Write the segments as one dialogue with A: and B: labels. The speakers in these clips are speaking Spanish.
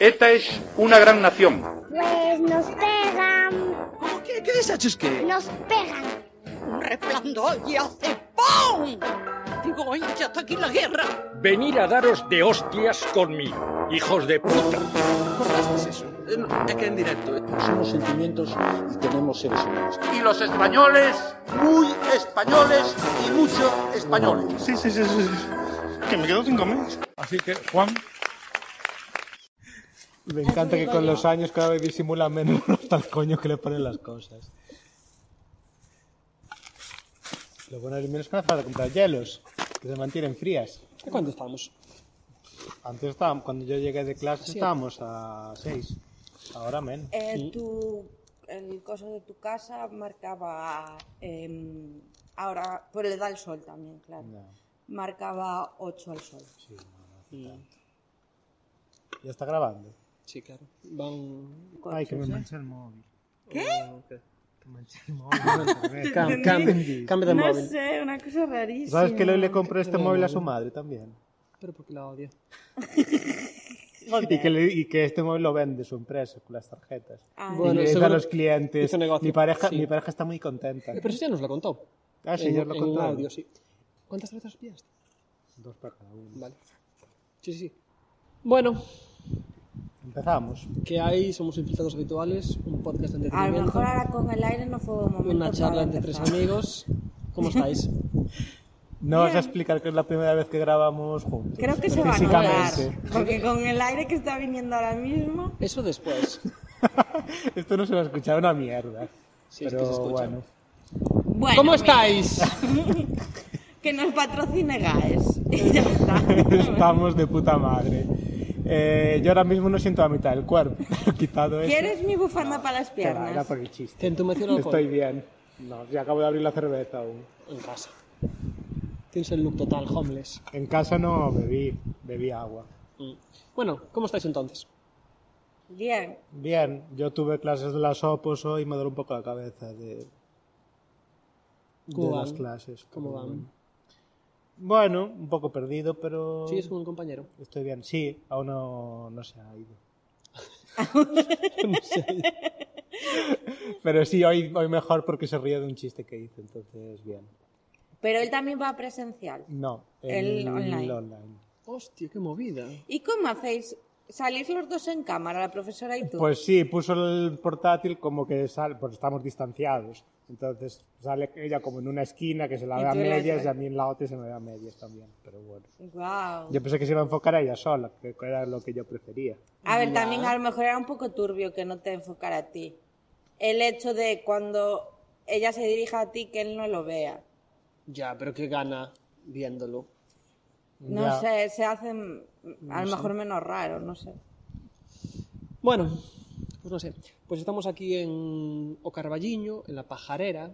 A: ETA es una gran nación.
B: Pues nos pegan,
C: ¿Qué, qué deshaces que?
B: nos pegan.
D: Un resplandor y hace ¡pum! Digo, ¡ay, ya está aquí la guerra!
E: Venir a daros de hostias conmigo, hijos de puta.
C: ¿Qué es eso? Eh, no, Es que en directo. eh.
F: Somos sentimientos y tenemos seres humanos.
A: Y los españoles, muy españoles y mucho españoles.
G: Sí, sí, sí, sí. sí. Que me quedo sin comer.
E: Así que, Juan,
H: Me encanta que con los años cada vez disimulan menos hasta el coño que le ponen las cosas. Lo bueno es menos que para comprar hielos, que se mantienen frías.
C: ¿Cuándo estamos?
H: Antes estábamos, cuando yo llegué de clase estábamos a 6. Ahora menos.
I: Eh, tu, el coso de tu casa marcaba. em, ahora, por le da el sol también, claro.
H: No,
I: Marcaba 8 al sol.
H: sí, no, no hace tanto. Ya está grabando.
C: Sí, claro. Van.
I: Con
H: Ay, que me
I: sus-
H: mancha el móvil.
C: ¿Qué?
H: Que mancha el móvil.
C: Cam,
I: Entendí.
C: cam, cambia de
I: no
C: móvil.
I: sé, una cosa rarísima.
H: ¿Sabes que Leo le compré este móvil a su madre también?
C: Pero porque la odio.
H: Y que, le- y que este móvil lo vende su empresa con las tarjetas.
I: Ah,
C: Bueno,
H: y le dice a
C: seguro-
H: los clientes.
C: hizo negocio,
H: Mi pareja,
C: sí.
H: mi pareja está muy contenta.
C: Eh, Pero eso ya nos lo ha contado.
H: Ah, sí,
C: En-
H: ya os lo
C: en un
H: contaron.
C: audio, sí. ¿Cuántas tarjetas pillaste?
H: Dos para cada uno.
C: Vale. Sí, sí, sí. Bueno,
H: Empezamos.
C: que hay Somos Infiltrados Habituales, un podcast
I: a
C: de
I: lo
C: entretenimiento,
I: mejor ahora con el aire no fue un momento.
C: una charla
I: para
C: entre tres
I: empezar.
C: amigos. ¿Cómo estáis?
H: No vas a explicar que es la primera vez que grabamos juntos.
I: Creo que se va a notar.
H: Físicamente.
I: Porque con el aire que está viniendo ahora mismo.
C: Eso después.
H: Esto no se va a escuchar una mierda.
C: Sí, es que
H: pero
C: se escucha.
H: bueno.
I: Bueno,
C: ¿Cómo
I: mira,
C: estáis?
I: que nos patrocine GAES. Y ya está.
H: Estamos de puta madre. Eh, yo ahora mismo no siento la mitad del cuerpo. Quitado eso.
I: ¿Quieres mi bufanda para las
H: Era- Era
I: piernas?
H: por el chiste.
C: ¿Te entumeció el alcohol?
H: Estoy bien. No, ya acabo de abrir la cerveza aún.
C: En casa. Tienes el look total, homeless.
H: En casa no bebí, bebí agua.
C: Mm. Bueno, ¿cómo estáis entonces?
I: Bien.
H: Bien, yo tuve clases de las opos hoy y me duele un poco la cabeza de, de
C: ¿Cómo
H: las
C: van?
H: clases.
C: ¿Cómo
H: pero
C: van?
H: Bueno, Bueno, un poco perdido, pero
C: ¿Sigues con un compañero?
H: estoy bien. Sí, aún no, no se ha ido. Pero sí, hoy, hoy mejor porque se ríe de un chiste que hice, entonces bien.
I: Pero él también va a presencial.
H: No,
I: El
H: el
I: online.
H: online.
C: Hostia, qué movida.
I: ¿Y cómo hacéis? ¿Salís los dos en cámara, la profesora y tú?
H: Pues sí, puso el portátil como que sale, pues estamos distanciados. Entonces sale ella como en una esquina que se la
I: Y
H: ve a
I: tú la-
H: medias y a mí en la otra se me ve a medias también. Pero bueno.
I: Guau.
H: Yo pensé que se iba a enfocar a ella sola, que era lo que yo prefería.
I: A ver, también a lo mejor era un poco turbio que no te enfocara a ti. El hecho de cuando ella se dirija a ti que él no lo vea.
C: Ya, pero qué gana viéndolo.
I: No
H: Ya.
I: sé, se hacen a lo mejor menos raro, no sé.
C: Bueno, pues no sé. Pues estamos aquí en O Carballiño, en la pajarera.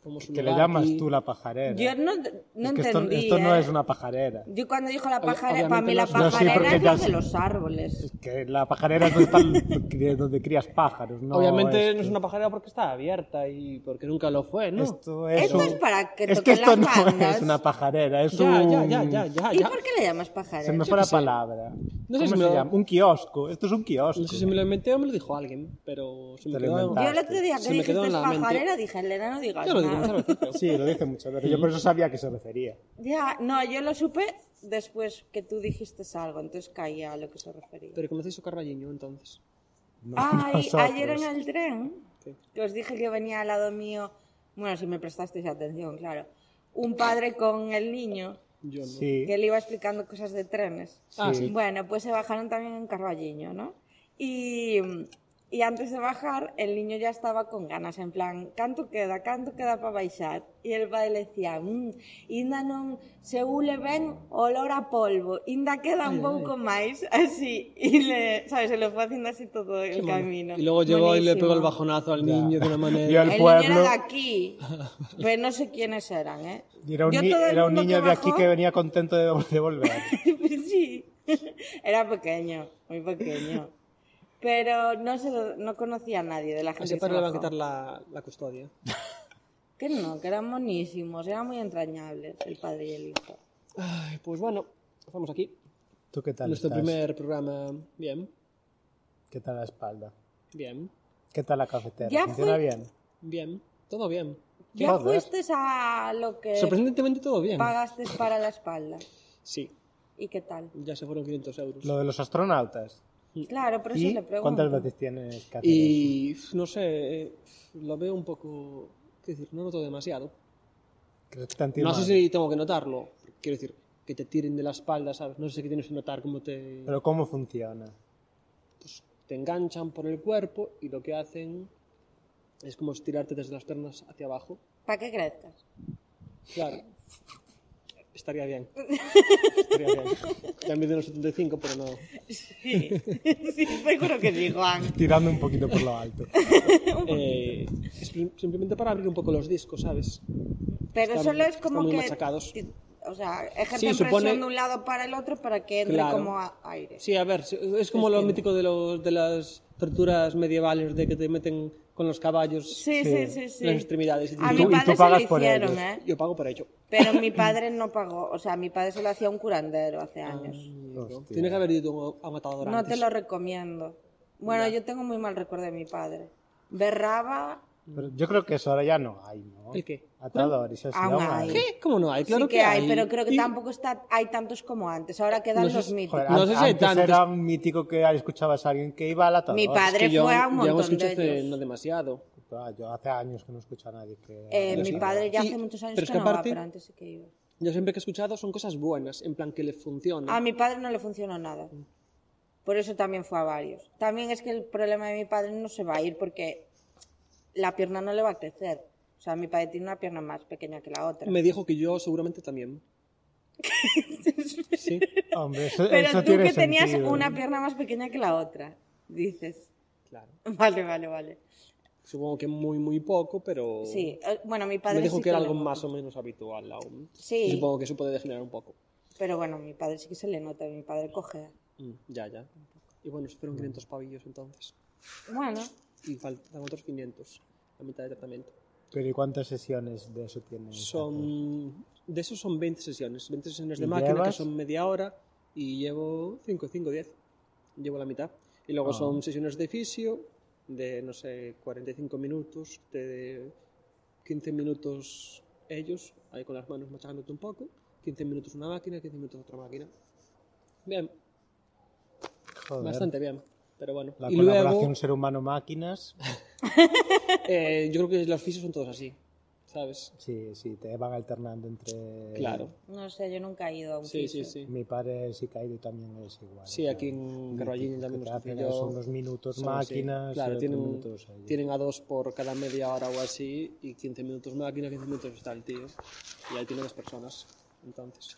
C: Como su
H: Que le
C: lugar
H: llamas
C: aquí.
H: tú la pajarera.
I: Yo no, no
H: es que esto,
I: entendí.
H: esto no
I: ¿eh?
H: es una pajarera.
I: Yo cuando dijo la
C: Obvi-
I: pajarera, para mí
C: obviamente
I: la
C: no es-
H: no, sí,
I: pajarera
H: porque
I: es
H: ya
I: lo de
H: sé.
I: los árboles.
H: Que la pajarera es donde, están- donde crías pájaros, ¿no?
C: Obviamente no
H: esto.
C: es una pajarera porque está abierta y porque nunca lo fue, ¿no?
H: Esto es,
I: Esto
H: un-
I: es para que
H: Es que
I: toquen
H: esto
I: las
H: no
I: bandas.
H: es una pajarera, es
C: Ya,
H: un...
C: ya, ya, ya, ya,
I: ¿Y
C: ya.
I: por qué le
H: Ah,
I: llamas
H: Se
I: pajarera?
H: me
C: Yo
H: fue la
C: qué sé.
H: palabra.
C: No sé
H: ¿Cómo
C: si me
H: se
C: lo-
H: llama? Un kiosco. Esto es un kiosco.
C: No sé si me lo inventé o me lo dijo alguien, pero se me
H: Te lo
C: quedó...
H: inventaste.
I: Yo el otro día que
C: Se me
I: dijiste
C: quedó en la mente.
I: pajarera dije, Elena, no digas
C: Yo lo digo
I: nada.
C: muchas veces, creo.
H: Sí, lo dice muchas veces. Yo por eso sabía a qué se refería.
I: Ya, no, yo lo supe después que tú dijiste algo, entonces caía a lo que se refería.
C: Pero conocéis O Carballiño entonces.
H: No, pues.
I: Ay,
H: nosotros.
I: ayer en el tren,
C: ¿Qué?
I: que os dije que venía al lado mío, bueno, si me prestasteis atención, claro, un padre con el niño
C: Yo no.
H: Sí.
I: que le iba explicando cosas de trenes.
C: Ah, sí.
I: Bueno, pues se bajaron también en Carballiño, ¿no? Y, y antes de bajar, el niño ya estaba con ganas, en plan, canto queda, canto queda para baixar. Y el padre le decía, mmm, inda non se ule ben olor a polvo, inda queda un pouco máis, así. Y le, sabes, se lo fue haciendo así todo el camino.
C: Y luego llegó y le pegó el
I: Buenísimo.
C: bajonazo al
H: Ya.
C: niño de una
H: Yo
C: manera...
H: al
I: El niño
H: pueblo.
I: era de aquí, pero no sé quiénes eran, ¿eh?
H: y Era un,
I: Yo
H: ni-
I: todo el
H: era un
I: mundo
H: niño de aquí
I: bajó-
H: que venía contento de, de volver.
I: Pues sí, era pequeño, muy pequeño. Pero no, se, no conocía a nadie de la
C: A
I: gente.
C: ese
I: que se
C: padre le van a
I: bajó.
C: quitar la, la custodia.
I: Que no, que eran monísimos, eran muy entrañables el padre y el hijo.
C: Ay, pues bueno, estamos aquí.
H: ¿Tú qué tal
C: Nuestro
H: estás?
C: primer programa, bien.
H: ¿Qué tal la espalda?
C: Bien,
H: ¿Qué tal la cafetera?
I: Ya
H: ¿Funciona
I: fui-
H: bien?
C: bien, todo bien.
I: ¿Ya
H: Joder.
I: fuiste a lo que
C: Sorprendentemente todo bien.
I: pagaste para la espalda?
C: Sí,
I: ¿Y qué tal?
C: ya se fueron 500 euros.
H: Lo de los astronautas.
I: Claro, pero eso
H: ¿Y
I: le pregunto.
H: cuántas veces tienes que hacer eso?
C: Y f, no sé, eh, f, lo veo un poco. Quiero decir, no noto demasiado.
H: ¿Crees que te han
C: No
H: timado?
C: sé si tengo que notarlo. Quiero decir, que te tiren de la espalda, ¿sabes? No sé qué tienes que notar, cómo te,
H: Pero ¿cómo funciona?
C: te enganchan por el cuerpo y lo que hacen es como estirarte desde las piernas hacia abajo.
I: ¿Para qué crezcas?
C: Claro. Estaría bien. Estaría bien. Ya mide los 75, pero no.
I: Sí, sí seguro que sí, Juan.
H: Tirando un poquito por lo alto.
C: Eh, es prim- simplemente para abrir un poco los discos, ¿sabes?
I: Pero
C: Están-
I: solo es
C: están
I: como
C: muy
I: que.
C: machacados.
I: ti- O sea, ejercen
C: Sí,
I: presión
C: supone-
I: de un lado para el otro para que entre
C: Claro.
I: como a- aire.
C: Sí, a ver, sí, es como lo mítico de, los, de las torturas medievales, de que te meten con los caballos
I: Sí, sí, sí, sí.
C: las extremidades. y te
I: A
H: tú-
I: mi
H: y
C: dicen,
I: padre
H: tú
I: se lo
H: pagas por
I: hicieron,
H: ellos.
I: ¿eh?
C: yo pago por ello.
I: Pero mi padre no pagó. O sea, mi padre se lo hacía un curandero hace
C: Ah,
I: años.
H: Hostia.
C: Tienes que haber ido a un matador
I: Ah, No
C: antes.
I: te lo recomiendo. Bueno, yo tengo muy mal recuerdo de mi padre. Berraba.
H: Pero yo creo que eso ahora ya no hay, ¿no?
C: ¿El qué?
H: Atadores, eso
I: Aún
H: aún
I: hay.
H: hay.
C: ¿Qué? ¿Cómo no hay? Claro
I: sí que, hay, pero creo que
C: Y-
I: tampoco está, hay tantos como antes. Ahora quedan
C: No sé
I: los
C: si-
I: míticos.
H: Joder,
C: No
H: an-
C: sé si hay
H: antes
C: tantos.
H: era un mítico que escuchabas a alguien que iba al atador.
I: Mi padre
C: que yo-
I: fue a un
C: yo lo
I: montón
C: escuché
I: de
C: hace
I: ellos.
C: no demasiado.
H: Ah, Yo hace años que no escucho a nadie que...
I: Eh,
H: Yo
I: mi
H: sí.
I: padre ya
C: Y-
I: hace muchos años
C: pero es
I: que
C: que
I: no va,
C: aparte-
I: pero antes sí que iba.
C: Yo siempre que he escuchado son cosas buenas, en plan que le funciona.
I: A mi padre no le funcionó nada. Por eso también fue a varios. También es que el problema de mi padre no se va a ir porque la pierna no le va a crecer. O sea, mi padre tiene una pierna más pequeña que la otra.
C: Me dijo que yo seguramente también. sí.
H: Hombre, eso,
I: Pero
H: eso
I: tú
H: tiene
I: que tenías
H: sentido.
I: una pierna más pequeña que la otra, dices.
C: Claro.
I: Vale, vale, vale.
C: Supongo que muy, muy poco, pero.
I: Sí, eh, bueno, mi padre
C: Oh. Me dijo
I: sí
C: que era
I: le
C: algo
I: nota.
C: más o menos habitual aún.
I: Sí.
C: Supongo que eso puede degenerar un poco.
I: Pero bueno, mi padre sí que se le nota, mi padre coge.
C: Mm, ya, ya. Y bueno, se fueron 500 pavillos entonces.
I: Bueno,
C: Y faltan otros 500, la mitad de tratamiento.
H: Pero ¿y cuántas sesiones de eso tienes?
C: Son. De esos son 20 sesiones. 20 sesiones de
H: ¿Y
C: máquina, que
H: llevas?
C: son media hora. Y llevo 5, 5, 10. Llevo la mitad. Y luego
H: Ah.
C: son sesiones de fisio, de no sé, 45 minutos, de 15 minutos ellos, ahí con las manos machacándote un poco. 15 minutos una máquina, 15 minutos otra máquina. Bien,
H: Joder.
C: bastante bien. Pero bueno,
H: La
C: y
H: colaboración
C: luego,
H: ser humano-máquinas.
C: eh, yo creo que los fisios son todos así, ¿sabes?
H: Sí, sí, te van alternando entre...
C: Claro.
I: no sé, yo nunca he ido a un
C: Sí, sí,
I: fisio.
C: sí.
H: Mi padre sí caído también es igual.
C: Sí, aquí en Carballiño también nos
H: hacen
C: pilló-
H: Son unos minutos
C: Son así.
H: máquinas. y
C: Claro,
H: otros
C: tienen,
H: minutos ellos.
C: tienen a dos por cada media hora o así, y 15 minutos máquina, 15 minutos está el tío. Y ahí tiene las personas, entonces.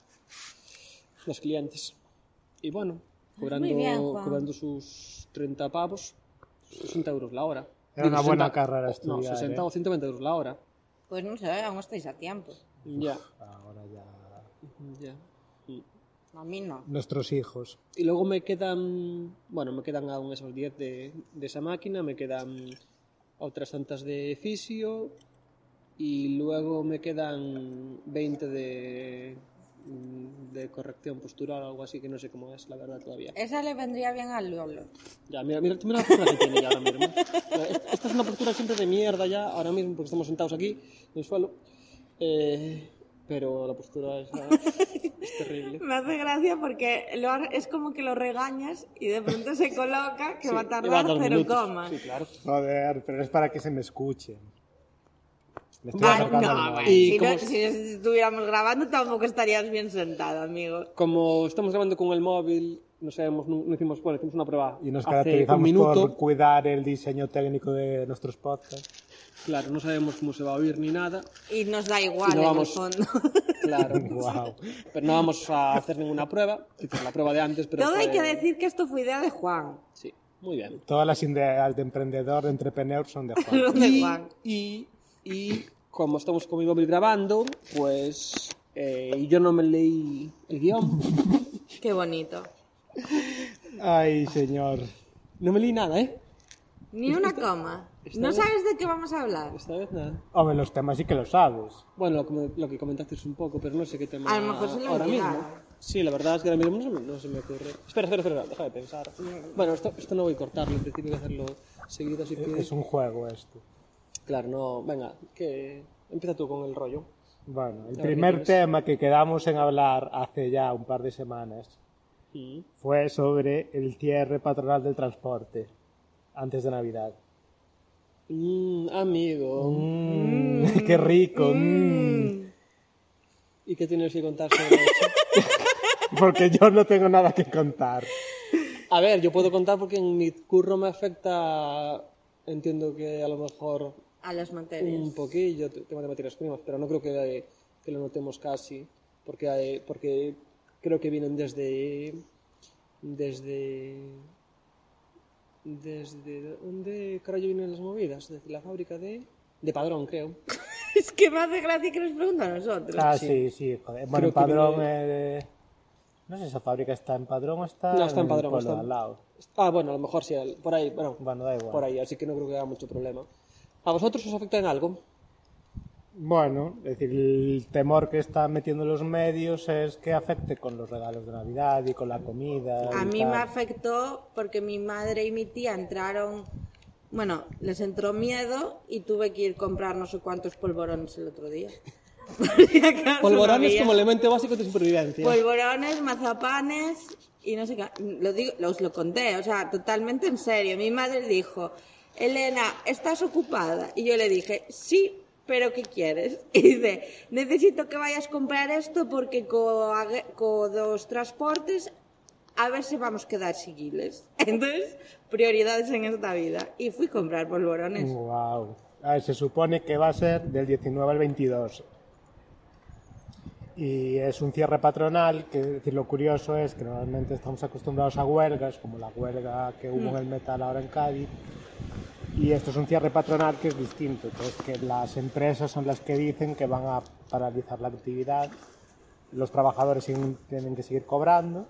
C: Los clientes. Y bueno, cobrando,
I: muy bien, Juan.
C: cobrando sus 30 pavos, sus 60 euros la hora.
H: Era una buena carrera
C: No,
H: estudiar,
C: 60
H: ¿eh?
C: o 120 euros la hora.
I: Pues no sé, aún estáis a tiempo.
C: Ya,
H: Ahora ya.
C: ya.
I: A mí no.
H: Nuestros hijos.
C: Y luego me quedan, bueno, me quedan aún esos 10 de, de esa máquina, me quedan otras tantas de fisio y luego me quedan 20 de, de corrección postural o algo así que no sé cómo es, la verdad, todavía.
I: Esa le vendría bien al Lolo.
C: Ya, mira, mira, mira la postura que tiene ya ahora mismo. Esta esta es una postura siempre de mierda ya, ahora mismo, porque estamos sentados aquí, en el suelo. Eh, pero la postura es, la- es terrible.
I: Me hace gracia porque lo ar- es como que lo regañas y de pronto se coloca que
C: Sí,
I: va a
C: lleva
I: tardar
C: dos
I: cero
C: minutos.
I: comas.
C: Sí, claro.
H: Joder, pero es para que se me escuchen. Me estoy
I: Va,
H: acercando al
I: Ah, no,
H: móvil.
I: bueno,
C: ¿Y
I: si, no-
C: cómo-
I: si estuviéramos grabando tampoco estarías bien sentado, amigo.
C: Como estamos grabando con el móvil, no sabemos, no, no hicimos, bueno, hicimos una prueba.
H: Y nos
C: hace un
H: caracterizamos
C: minuto,
H: por cuidar el diseño técnico de nuestros podcasts.
C: claro, no sabemos cómo se va a oír ni nada,
I: Y nos da igual
C: Y no
I: en
C: vamos-
I: el fondo.
C: claro.
H: Guau.
C: Pero no vamos a hacer ninguna prueba, hicimos la prueba de antes, pero
I: Todo hay
C: fue-
I: que decir que esto fue idea de Juan.
C: Sí, muy bien.
H: Todas las ideas de emprendedor, de entrepreneur son de Juan.
I: Son de
C: Y,
I: Juan.
C: y, y como estamos con mi móvil grabando, pues eh, yo no me leí el guión,
I: Qué bonito.
H: Ay, señor.
C: no me leí nada, ¿eh?
I: Ni una coma.
C: está
I: No
C: bien.
I: sabes de qué vamos a hablar.
C: Esta vez nada.
H: Hombre, los temas sí que lo sabes.
C: Bueno, lo, que- lo que comentaste es un poco, pero no sé qué tema
I: A lo mejor se lo
C: ahora mismo.
I: olvidaron.
C: Sí, la verdad es que ahora mismo no se me, no se me ocurre. Espera, espera, espera, deja de pensar. Bueno, esto, esto no voy a cortarlo, en principio hay que hacerlo seguido así que.
H: Es un juego esto.
C: Claro, no. Venga, que empieza tú con el rollo.
H: Bueno, el
C: qué
H: primer
C: tienes.
H: tema que quedamos en hablar hace ya un par de semanas
C: Mm.
H: fue sobre el cierre patronal del transporte antes de Navidad.
C: Mm, amigo.
H: Mm, ¡Qué rico! mm.
C: ¿Y qué tienes que contar sobre eso?
H: Porque yo no tengo nada que contar.
C: A ver, yo puedo contar porque en mi curro me afecta. Entiendo que a lo mejor
I: A los materiales.
C: un poquillo t- tema de materias primas, pero no creo que, eh, que lo notemos casi, porque, hay- porque creo que vienen desde. desde. desde. ¿Dónde carajo vienen las movidas? Desde la fábrica de. de Padrón, creo.
I: Es que me hace gracia que nos pregunta a nosotros.
H: Ah, sí, sí. joder. Bueno,
C: Creo
H: en
C: que
H: Padrón...
C: viene-
H: eh, no sé si esa fábrica está en Padrón o está,
C: No, está en
H: el
C: Padrón,
H: pueblo
C: está en-
H: al lado.
C: Ah, bueno, a lo mejor sí, al- por ahí, bueno,
H: Bueno, da igual.
C: por ahí, así que no creo que haga mucho problema. ¿A vosotros os afecta en algo?
H: Bueno, es decir, el temor que están metiendo los medios es que afecte con los regalos de Navidad y con la comida.
I: A
H: y
I: mí
H: tal.
I: me afectó porque mi madre y mi tía entraron, bueno, les entró miedo y tuve que ir a comprar no sé cuántos polvorones el otro día. Porque acaso Ah, no
C: Polvorones
I: había. Pues-
C: como elemento básico de supervivencia.
I: Polvorones, mazapanes y no sé qué. Lo digo, lo- os lo conté, o sea, totalmente en serio. Mi madre dijo, Elena, ¿estás ocupada? Y yo le dije, sí, pero ¿qué quieres? Y dice, necesito que vayas a comprar esto porque con dos transportes a ver si vamos a quedar seguiles. Entonces, prioridades en esta vida. Y fui a comprar polvorones.
H: Guau. A ver, se supone que va a ser del 19 al 22. Y es un cierre patronal, que es decir, lo curioso es que normalmente estamos acostumbrados a huelgas, como la huelga que hubo en el metal ahora en Cádiz. Y esto es un cierre patronal que es distinto, que es que las empresas son las que dicen que van a paralizar la actividad, los trabajadores siguen- tienen que seguir cobrando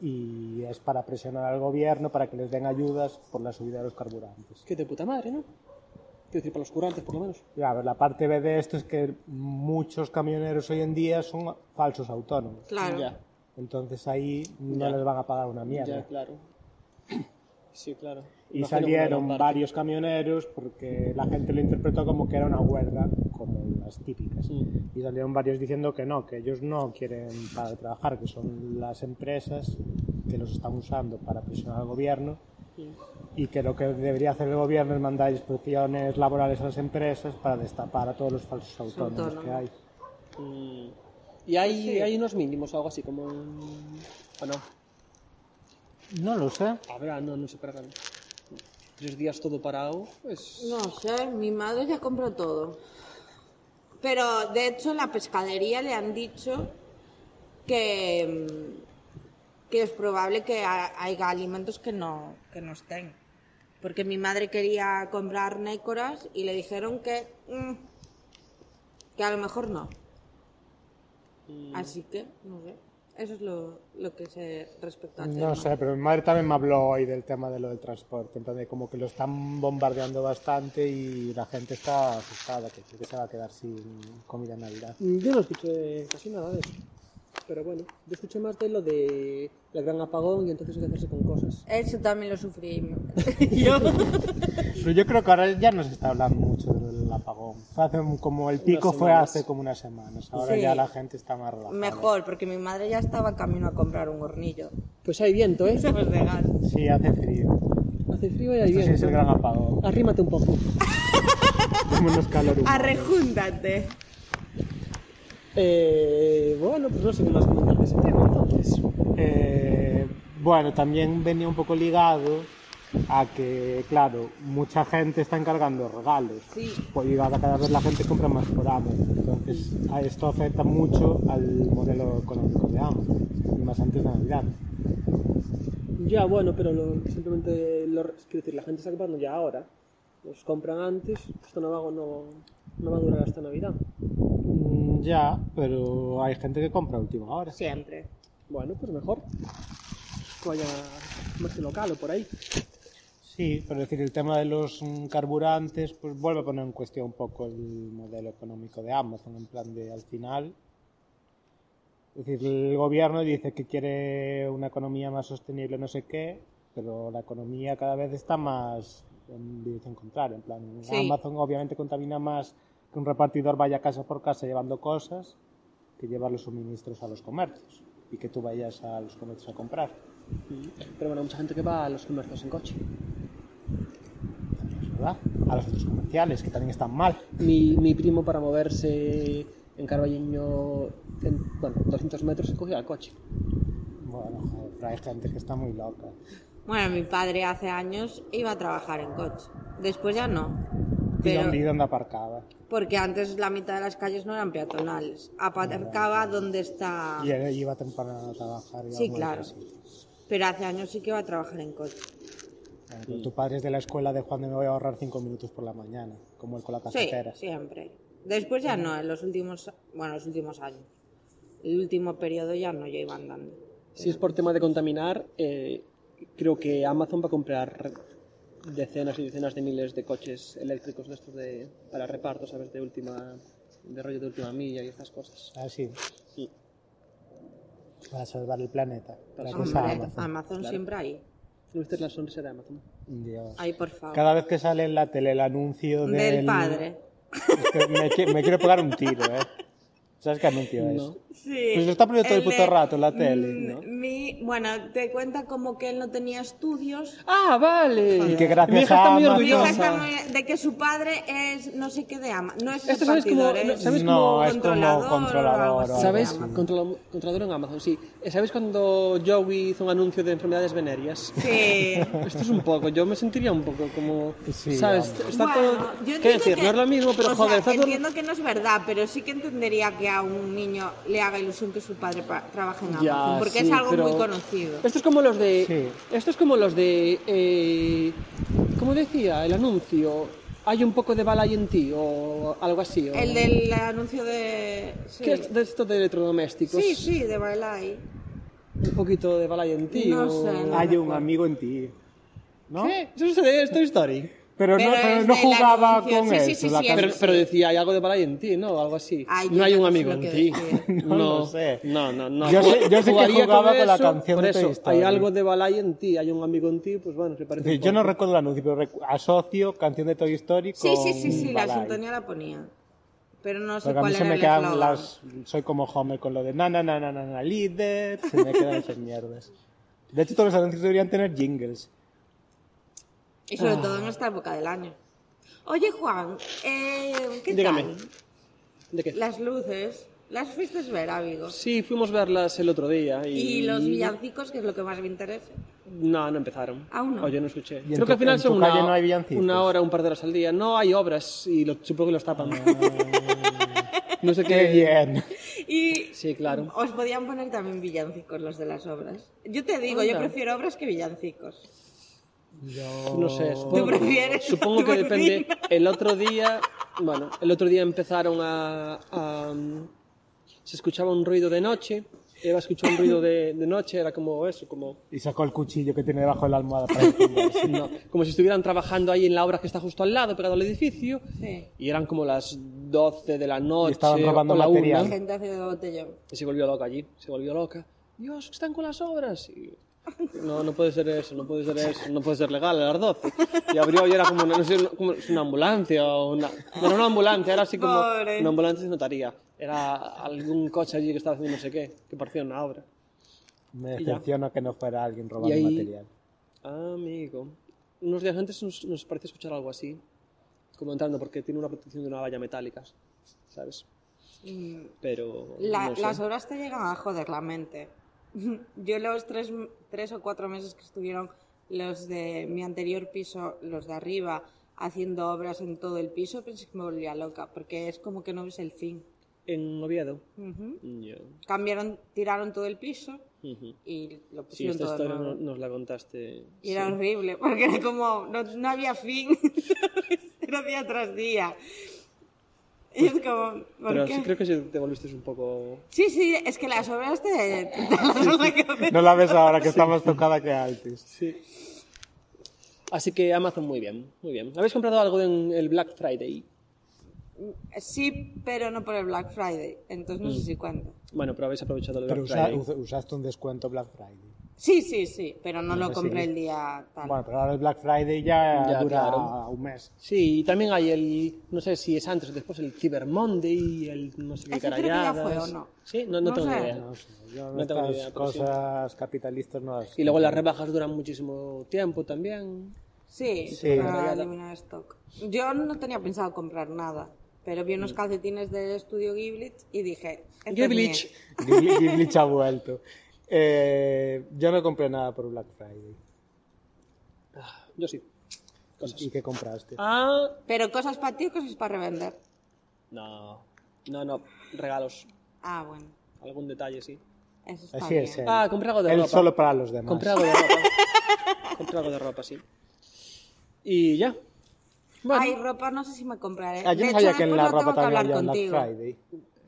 H: y es para presionar al gobierno para que les den ayudas por la subida de los carburantes.
C: Que de puta madre, ¿no? Quiero decir, para los curantes, por lo menos.
H: Ya, a ver, la parte B de esto es que muchos camioneros hoy en día son falsos autónomos.
I: Claro.
C: Ya,
H: Entonces ahí no
C: Ya.
H: les van a pagar una mierda.
C: ya, claro. Sí, claro.
H: Y
C: Imagino que
H: salieron
C: una gran parte.
H: varios camioneros porque la gente lo interpretó como que era una huelga, como las típicas.
C: Mm.
H: Y salieron varios diciendo que no, que ellos no quieren parar de trabajar, que son las empresas que los están usando para presionar al gobierno y que lo que debería hacer el gobierno es mandar inspecciones laborales a las empresas para destapar a todos los falsos autónomos, que
I: Autónomos.
H: hay.
C: Mm. Y hay, hay unos mínimos o algo así, como... un- ¿O no?
H: No lo sé.
C: Habrá, no, no se paran. Tres días todo parado, pues...
I: No sé, mi madre ya compró todo. Pero de hecho en la pescadería le han dicho que, mm, que es probable que ha- haya alimentos que no, que no estén. Porque mi madre quería comprar nécoras y le dijeron que, mm, que a lo mejor no. Así que, no sé. Eso es lo, lo que sé respecto a
H: No sé, pero mi madre también me habló hoy del tema de lo del transporte, en plan de como que lo están bombardeando bastante y la gente está asustada, que creo que se va a quedar sin comida en Navidad.
C: Yo no escuché casi nada de eso. Pero bueno, yo escuché más de lo de el gran apagón y entonces hay que hacerse con cosas.
I: Eso también lo sufrí.
H: Pero yo creo que ahora ya no se está hablando mucho del apagón. Fue hace un- como el pico fue
C: semanas.
H: hace como unas semanas, ahora
I: Sí.
H: ya la gente está más relajada.
I: Mejor, porque mi madre ya estaba camino a comprar un hornillo.
C: Pues hay viento, ¿eh?
I: Pues de gas.
H: Sí, hace frío.
C: Hace frío y hay
H: Esto sí
C: viento.
H: es el gran apagón.
C: Arrímate un poco.
H: Vámonos calor humano.
I: Arrejúntate.
C: Eh, bueno, pues no sé qué más comentar de ese tema entonces.
H: Eh, bueno, también venía un poco ligado a que, claro, mucha gente está encargando regalos.
I: Sí.
H: Pues y ahora cada vez la gente compra más por Amazon. Entonces, a esto afecta mucho al modelo económico de Amazon. Y más antes de Navidad.
C: Ya, bueno, pero lo- simplemente lo, es decir, la gente está comprando ya ahora. Los compran antes, esto no va, a- no, no va a durar hasta Navidad.
H: Mm, Ya, pero hay gente que compra a última hora.
I: Siempre.
C: Bueno, pues mejor que vaya más local o por ahí.
H: Sí, pero es decir, el tema de los mm, carburantes, pues vuelve a poner en cuestión un poco el modelo económico de Amazon, en plan de al final Es decir, el gobierno dice que quiere una economía más sostenible, no sé qué, pero la economía cada vez está más en dirección contraria. En plan,
I: Sí.
H: Amazon obviamente contamina más que un repartidor vaya casa por casa llevando cosas que llevar los suministros a los comercios y que tú vayas a los comercios a comprar.
C: Mm. Pero bueno, mucha gente que va a los comercios en coche.
H: Es ¿Verdad? A los centros comerciales, que también están mal.
C: Mi, mi primo para moverse en Carballiño, en, bueno, 200 metros, se cogía el coche.
H: Bueno, joder, pero hay gente que está muy loca.
I: Bueno, mi padre hace años iba a trabajar en coche. Después ya no.
H: ¿Y
I: Pero
H: dónde, y dónde aparcaba?
I: porque antes la mitad de las calles no eran peatonales. Aparcaba donde está.
H: Y él iba temprano a trabajar. y
I: Sí,
H: algo
I: claro.
H: así.
I: Pero hace años sí que iba a trabajar en coche.
H: Bueno, pero tu padre es de la escuela de Juan de me voy a ahorrar cinco minutos por la mañana, como el con la
I: Sí,
H: cafetera.
I: siempre. Después ya no, en los últimos, bueno, los últimos años. El último periodo ya no, yo iba andando.
C: Si es por tema de contaminar, eh, creo que Amazon va a comprar decenas y decenas de miles de coches eléctricos de estos de, para reparto, ¿sabes? De última de rollo de última milla y estas cosas.
H: Ah, sí,
C: Sí.
H: para salvar el planeta. Gracias a
I: Pues Hombre,
H: Amazon.
I: Amazon
C: Claro.
I: siempre ahí.
C: ¿No viste la sonrisa de Amazon?
H: Dios.
I: Ahí, por favor.
H: Cada vez que sale en la tele el anuncio
I: Del padre.
H: Es que me, qui- me quiero pegar un tiro, ¿eh? ¿Sabes qué anuncio es?
C: No.
I: Sí.
H: Pues lo está poniendo todo el
I: Él
H: puto
I: le-
H: rato en la tele,
I: Mm,
H: ¿no?
I: mi- bueno, te cuenta como que él no tenía estudios.
C: ¡Ah, vale!
H: Y que gracias
C: Mi hija está
H: a
C: muy
H: Amazon-
I: Mi hija
C: orgullosa.
I: está muy- de que su padre es no sé qué de ama. No es
C: Esto, ¿sabes cómo-
I: repartidor, ¿eh?
C: no-
I: es
C: ¿Sabes
H: no,
C: cómo-
H: es
I: controlador
H: como
I: o algo
H: controlador.
I: así.
C: ¿Sabéis?
I: Sí.
C: Control- Controlador en Amazon, sí. Eh, ¿Sabéis cuando Joey hizo un anuncio de enfermedades venéreas?
I: Sí.
C: Esto es un poco, yo me sentiría un poco como.
H: Sí,
C: ¿Sabes?
H: hombre.
C: Está
I: Bueno,
C: todo.
I: yo
C: Quiero
I: entiendo
C: decir,
I: que-
C: no es lo mismo, pero
I: o
C: joder,
I: sea,
C: está todo.
I: Entiendo que no es verdad, pero sí que entendería que a un niño le haga ilusión que su padre pa- trabaje en Amazon,
C: Ya,
I: porque
C: sí,
I: es algo
C: pero-
I: muy conocido.
C: Esto es como los de.
H: Sí.
C: Esto es como los de. Eh, ¿Cómo decía el anuncio? Hay un poco de bala ahí en ti, o algo así. O,
I: El del anuncio de. Sí,
C: ¿Qué es de esto de electrodomésticos?
I: sí, sí, de Bailai.
C: Un poquito de bala ahí en ti.
I: No
C: o-
I: sé, no.
H: Hay un amigo en ti. ¿No?
C: ¿Qué? Eso es de Toy Story.
H: Pero, no,
I: Pero
H: pero
I: es
H: no
I: del
H: jugaba
I: anuncio.
H: con
I: Sí, sí,
H: eso.
I: sí,
H: la
I: sí,
H: can-
C: Pero,
I: sí.
C: pero decía, hay algo de bala en ti, ¿no? O algo así.
I: Ay, yo
C: no hay
I: no
C: un
I: sé
C: amigo
I: lo
C: en
I: que
C: ti.
I: decía.
C: No,
H: No lo sé.
C: No, no, no.
H: Yo sé- yo sé que
C: Jugaría
H: jugaba con la
C: eso,
H: canción
C: por
H: de Toy
C: eso,
H: Story.
C: Hay algo de bala en ti, hay un amigo en ti, pues bueno, se parece.
H: Sí,
C: un
H: yo no
C: poco.
H: recuerdo el anuncio, pero recu- asocio canción de Toy Story con
I: Sí, sí, sí, sí, la
H: Balay.
I: sintonía la ponía. Pero no sé
H: Porque a mí
I: cuál
H: se
I: era
H: me
I: el
H: quedan
I: eslogan.
H: las... Soy como Homer con lo de na, na, na, na, na, na, líder. Se me quedan esas mierdas. De hecho, todos los anuncios deberían tener jingles.
I: Y
H: Ah.
I: sobre todo en esta época del año. Oye, Juan, eh, ¿qué
C: Dígame.
I: tal?
C: ¿De qué?
I: Las luces, las fuiste a ver, amigo.
C: Sí, fuimos a verlas el otro día. Y,
I: Y los villancicos, que es lo que más me interesa.
C: No, no empezaron.
I: Aún no.
C: O yo no escuché.
H: en
C: Creo
H: tu-
C: que al final
H: en
C: son
H: tu
C: una,
H: calle no hay villancicos?
C: una hora, un par de horas al día. No hay obras y lo, supongo que los tapan. no sé
H: Ah. ¡Qué
C: qué.
H: bien!
I: Y
C: Sí, claro.
I: os podían poner también villancicos los de las obras. Yo te digo, yo
C: Anda.
I: prefiero obras que villancicos.
C: No sé, supongo,
I: ¿Tú prefieres
C: supongo
I: a tu
C: que depende.
I: vecina?
C: El otro día, bueno, el otro día empezaron a, a- se escuchaba un ruido de noche. Eva escuchó un ruido de, de noche, era como eso, como
H: Y sacó el cuchillo que tiene debajo de la almohada para defenderse.
C: no, como si estuvieran trabajando ahí en la obra que está justo al lado, pegado al edificio.
I: Sí.
C: Y eran como las 12 de la noche.
H: estaban robando
C: o la
H: material.
C: una.
I: Gente hace de botellón.
C: Y se volvió loca allí, se volvió loca. Dios, que están con las obras. Y, no, no puede ser eso, no puede ser eso, no puede ser legal a las 12. Y abrió y era como una, no sé, como una ambulancia o una... No era una ambulancia, era así como...
I: Pobre.
C: Una ambulancia se notaría. Era algún coche allí que estaba haciendo no sé qué, que parecía una obra.
H: Me
C: Y ya.
H: decepciona que no fuera alguien robando
C: Y ahí-
H: material.
C: Amigo. Unos días antes nos, nos pareció escuchar algo así, comentando, porque tiene una protección de una valla metálica, ¿sabes?
I: Mm.
C: Pero...
I: La-
C: no sé.
I: Las obras te llegan a joder la mente. Yo los tres, tres o cuatro meses que estuvieron los de mi anterior piso, los de arriba, haciendo obras en todo el piso, pensé que me volvía loca, porque es como que no ves el fin.
C: En Oviedo.
I: Ujú.
C: Ya.
I: Cambiaron, tiraron todo el piso
C: Ujú.
I: y lo pusieron
C: Sí, esta
I: todo
C: historia
I: nuevo.
C: no- nos la contaste.
I: Y era
C: sí.
I: horrible, porque era como, no, no había fin, era día tras día. Y es como, ¿por
C: Pero
I: qué?
C: sí, creo que sí te volviste un poco.
I: Sí, sí, es que las obras te... te dan la cabeza.
H: No la ves ahora que está más tocada que antes.
C: Así que Amazon, muy bien, muy bien. ¿Habéis comprado algo en el Black Friday?
I: Sí, pero no por el Black Friday. Entonces no sé
H: Mm.
I: si cuenta.
C: Bueno, pero habéis aprovechado el
H: Pero
C: Black
H: usa-
C: Friday.
H: usa- usaste un descuento Black Friday.
I: Sí, sí, sí, pero no lo
C: pues
I: compré
C: sí.
I: el día tal.
H: Bueno, pero ahora el Black Friday ya,
C: Ya,
H: dura
C: claro.
H: un mes.
C: Sí, y también hay el, no sé si es antes o después, el Cyber Monday, el no sé qué
I: Ese creo que ya
C: carayadas.
I: fue, ¿o no?
C: Sí, no, no
I: No
C: tengo ni
I: sé.
C: idea.
H: No sé, yo
C: No tengo ni
H: estas
C: idea, pero sí.
H: cosas capitalistas no las...
C: Y luego las rebajas duran muchísimo tiempo también.
I: Sí,
H: Sí.
I: para eliminar stock. Yo no tenía pensado comprar nada, pero vi unos calcetines del estudio Giblich y dije... "Esto Este es
C: Giblich.
I: mío".
H: Mm. Ghibli- Ghibli ha vuelto. Eh, yo no compré nada por Black Friday.
C: Yo sí. Cosas.
H: ¿Y qué compraste?
C: Ah,
I: Pero cosas para ti o cosas para revender.
C: no. No, no, regalos.
I: Ah, bueno,
C: Algún detalle, sí.
I: eso está
H: Así
I: bien.
H: es él.
C: Ah, compré algo de
H: él
C: ropa.
H: solo para los demás.
C: Compré algo de ropa. compré algo de ropa, sí. Y ya. Bueno,
I: Ay, ropa no sé si me compraré.
H: Ah, yo
I: de
H: no
I: hecho,
H: sabía que en
I: después
H: la
I: lo tengo
H: ropa
I: que
H: también
I: hablar
H: había Black
I: contigo.
H: Friday.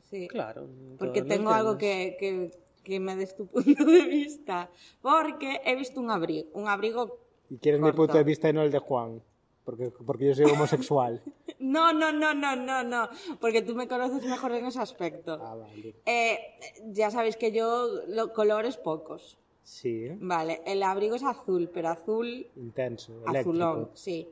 I: Sí.
C: claro.
I: Porque
C: todo, no
I: tengo algo
C: entiendes.
I: que, que, que me des tu punto de vista. Porque he visto un abrigo. Un abrigo.
H: Y quieres mi
I: Corto.
H: punto de vista y no el de Juan. Porque, porque yo soy homosexual.
I: No, no, no, no, no, no. Porque tú me conoces mejor en ese aspecto.
H: ah, vale.
I: Eh, ya sabéis que yo. Lo, colores pocos.
H: Sí, ¿eh?
I: Vale. El abrigo es azul, pero azul.
H: intenso, eléctrico.
I: Azulón, sí.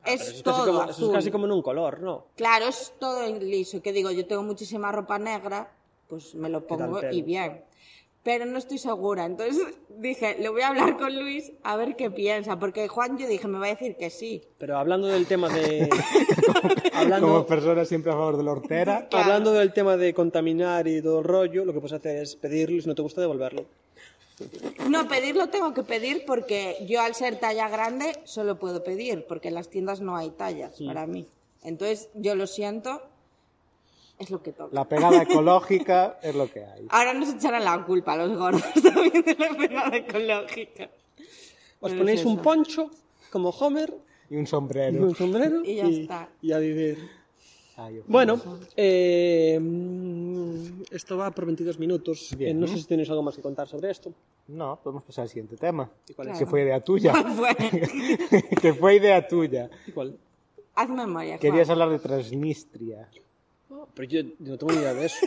C: Ah, Pero eso
I: es
C: es casi
I: todo
C: como- eso es
I: azul.
C: casi como en un color, ¿no?
I: Claro, es todo en liso. Que digo, yo tengo muchísima ropa negra, pues me lo
C: tal
I: pongo
C: pelo?
I: y bien. Pero no estoy segura. Entonces dije, le voy a hablar con Luis a ver qué piensa. Porque Juan, yo dije, me va a decir que sí.
C: Pero hablando del tema de.
H: Como
C: hablando,
H: persona siempre a favor de la hortera.
C: hablando del tema de contaminar y todo el rollo, lo que puedes hacer es pedirlo y si no te gusta devolverlo.
I: No, pedirlo tengo que pedir porque yo al ser talla grande solo puedo pedir. Porque en las tiendas no hay tallas para mí. Entonces, yo lo siento, es lo que toca.
H: La pegada ecológica es lo que hay.
I: Ahora nos echarán la culpa a los gordos también de la pegada ecológica.
C: Os
I: Pero
C: ponéis
I: es
C: un
I: eso.
C: poncho, como Homer,
H: Y un
C: y
H: sombrero. Ah,
C: un sombrero
I: Y ya está.
C: y a vivir.
H: Ay, ojalá.
C: Bueno, eh, mm, esto va por 22 minutos.
H: Bien.
C: Eh, no sé si tenéis algo más que contar sobre esto.
H: No, podemos pasar al siguiente tema.
C: ¿Y cuál es?
H: Que fue idea tuya.
I: Fue-
H: que fue idea tuya.
C: Igual.
I: Haz memoria. Juan.
H: Querías hablar de Transnistria.
C: Pero yo, yo no tengo ni idea de eso.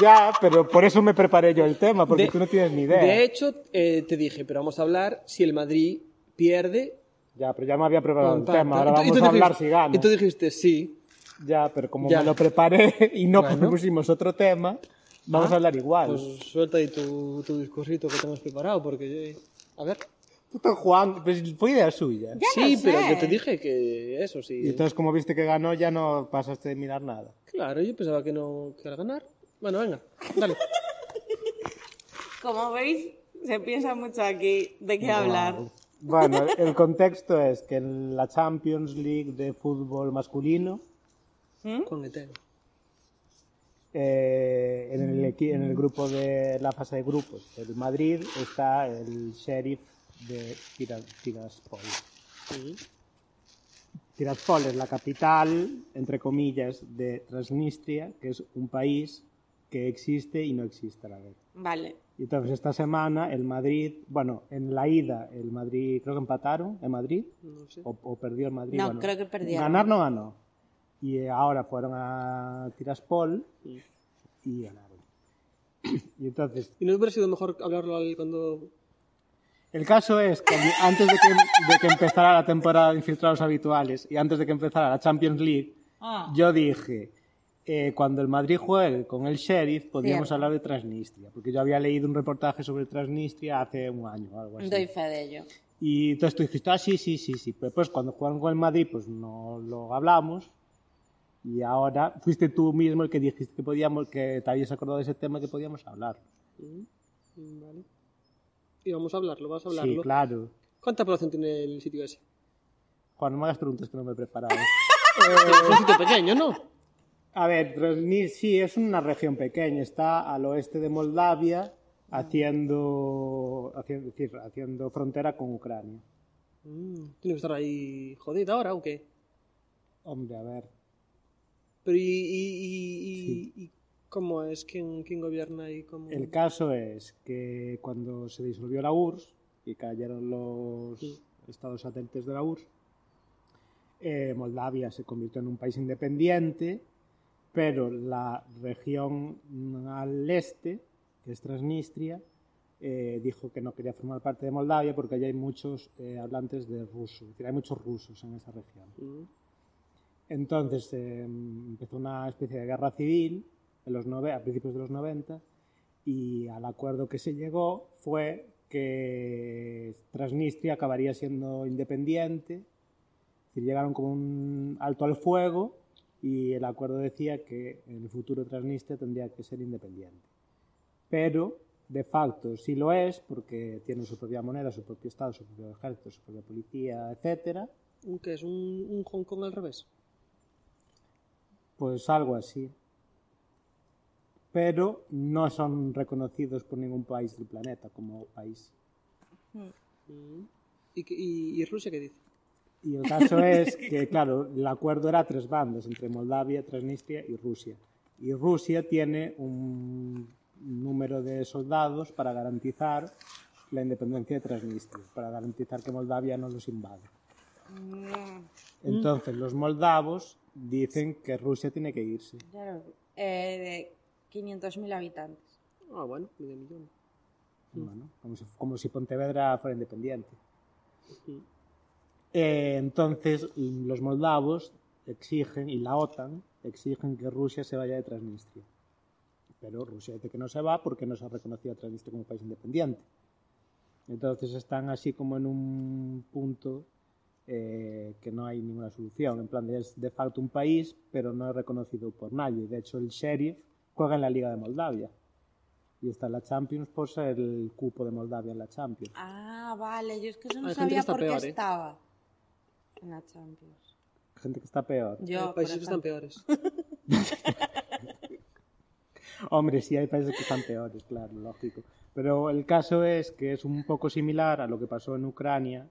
H: Ya, pero por eso me preparé yo el tema, porque
C: De-
H: tú no tienes ni idea.
C: De hecho, eh, te dije, pero vamos a hablar si el Madrid pierde.
H: Ya, pero ya me había preparado el
C: empata.
H: tema. Ahora
C: Y tú-
H: vamos
C: y tú
H: a hablar
C: dijiste-
H: si gana.
C: Y tú dijiste sí.
H: Ya, pero como
C: Ya.
H: me lo preparé y no
C: Bueno.
H: pusimos otro tema, vamos a hablar igual.
C: Pues suelta ahí tu, tu discursito que te hemos preparado, porque. eh, A ver.
H: Puto Juan, pues fue idea suya.
I: Ya
C: sí,
I: lo
C: pero
I: sé.
C: yo te dije que eso sí.
H: Y entonces, como viste que ganó, ya no pasaste de mirar nada.
C: Claro, yo pensaba que no que al ganar. Bueno, venga, dale.
I: Como veis, se piensa mucho aquí de qué hablar.
H: Bueno, el contexto es que en la Champions League de fútbol masculino,
I: ¿Mm?
C: Con Eten.
H: eh, en,
I: Mm.
H: el, equi- en el grupo de la fase de grupos del Madrid, está el sheriff de Tira- Tiraspol. Tiraspol es la capital, entre comillas, de Transnistria, que es un país que existe y no existe a la vez.
I: Vale.
H: Y entonces esta semana el Madrid, bueno, en la ida el Madrid, creo que empataron en Madrid, o, o perdió el Madrid.
I: No,
H: bueno,
I: creo que perdieron.
H: Ganar no ganó. Y eh, ahora fueron a Tiraspol y ganaron. Y entonces,
C: ¿Y no hubiera sido mejor hablarlo al- cuando.
H: el caso es que antes de que, de que empezara la temporada de infiltrados habituales y antes de que empezara la Champions League,
I: Ah.
H: yo dije, eh, cuando el Madrid juegue con el Sheriff, podríamos
I: Cierto.
H: hablar de Transnistria, porque yo había leído un reportaje sobre Transnistria hace un año o algo así.
I: Doy fe de ello.
H: Y entonces tú dijiste, ah, sí, sí, sí, sí. Pero pues cuando jugaron con el Madrid, pues no lo hablamos. Y ahora fuiste tú mismo el que dijiste que podíamos, que te habías acordado de ese tema que podíamos hablar.
C: mm, Y vamos a hablarlo, vas a hablarlo.
H: Sí, claro.
C: ¿Cuánta población tiene el sitio ese?
H: Juan, no me hagas preguntas que no me he preparado. Eh,
C: Es un sitio pequeño, ¿no?
H: A ver, Transnistria sí es una región pequeña, está al oeste de Moldavia, haciendo, haciendo, es decir, haciendo frontera con Ucrania.
C: Mm, tiene que estar ahí jodida ahora o qué.
H: Hombre, a ver,
C: Pero ¿y, y, y- y- y cómo es? ¿Quién, quién gobierna y cómo?
H: El caso es que cuando se disolvió la URSS y cayeron los estados satélites de la URSS, eh, Moldavia se convirtió en un país independiente, pero la región al este, que es Transnistria, eh, dijo que no quería formar parte de Moldavia porque allí hay muchos eh, hablantes de ruso, es decir, hay muchos rusos en esa región.
C: Mm.
H: Entonces eh, empezó una especie de guerra civil en los nove- a principios de los 90 y al acuerdo que se llegó fue que Transnistria acabaría siendo independiente, es decir, llegaron como un alto al fuego y el acuerdo decía que en el futuro Transnistria tendría que ser independiente. Pero de facto sí lo es porque tiene su propia moneda, su propio estado, su propio ejército, su propia policía, etcétera.
C: Un- ¿Qué es? Un, un Hong Kong al revés.
H: Pues algo así. Pero no son reconocidos por ningún país del planeta como país.
C: Mm. ¿Y, qué- y- y Rusia qué dice?
H: Y el caso es que, claro, el acuerdo era tres bandas, entre Moldavia, Transnistria y Rusia. Y Rusia tiene un número de soldados para garantizar la independencia de Transnistria, para garantizar que Moldavia no los invade.
I: No,
H: Entonces, los moldavos dicen que Rusia tiene que irse.
I: claro. Eh, de 500.000 habitantes.
C: Ah, bueno, medio millón.
H: Bueno, como, si, como si Pontevedra fuera independiente. Eh, entonces, los moldavos exigen, y la OTAN, exigen que Rusia se vaya de Transnistria. Pero Rusia dice que no se va porque no se ha reconocido a Transnistria como país independiente. Entonces están así como en un punto eh, que no hay ninguna solución. En plan, es de facto un país, pero no es reconocido por nadie. De hecho, el sheriff juega en la Liga de Moldavia. Y está en la Champions por ser el cupo de Moldavia en la Champions.
I: Ah, vale, yo es que eso no
C: Hay gente que
I: sabía
C: está
I: por qué
C: peor, ¿eh?
I: estaba en la Champions.
H: Gente que está peor.
I: Yo,
C: Hay
I: por
C: países que están
I: ejemplo,
C: peores.
H: Hombre, sí hay países que están peores, claro, lógico. Pero el caso es que es un poco similar a lo que pasó en Ucrania,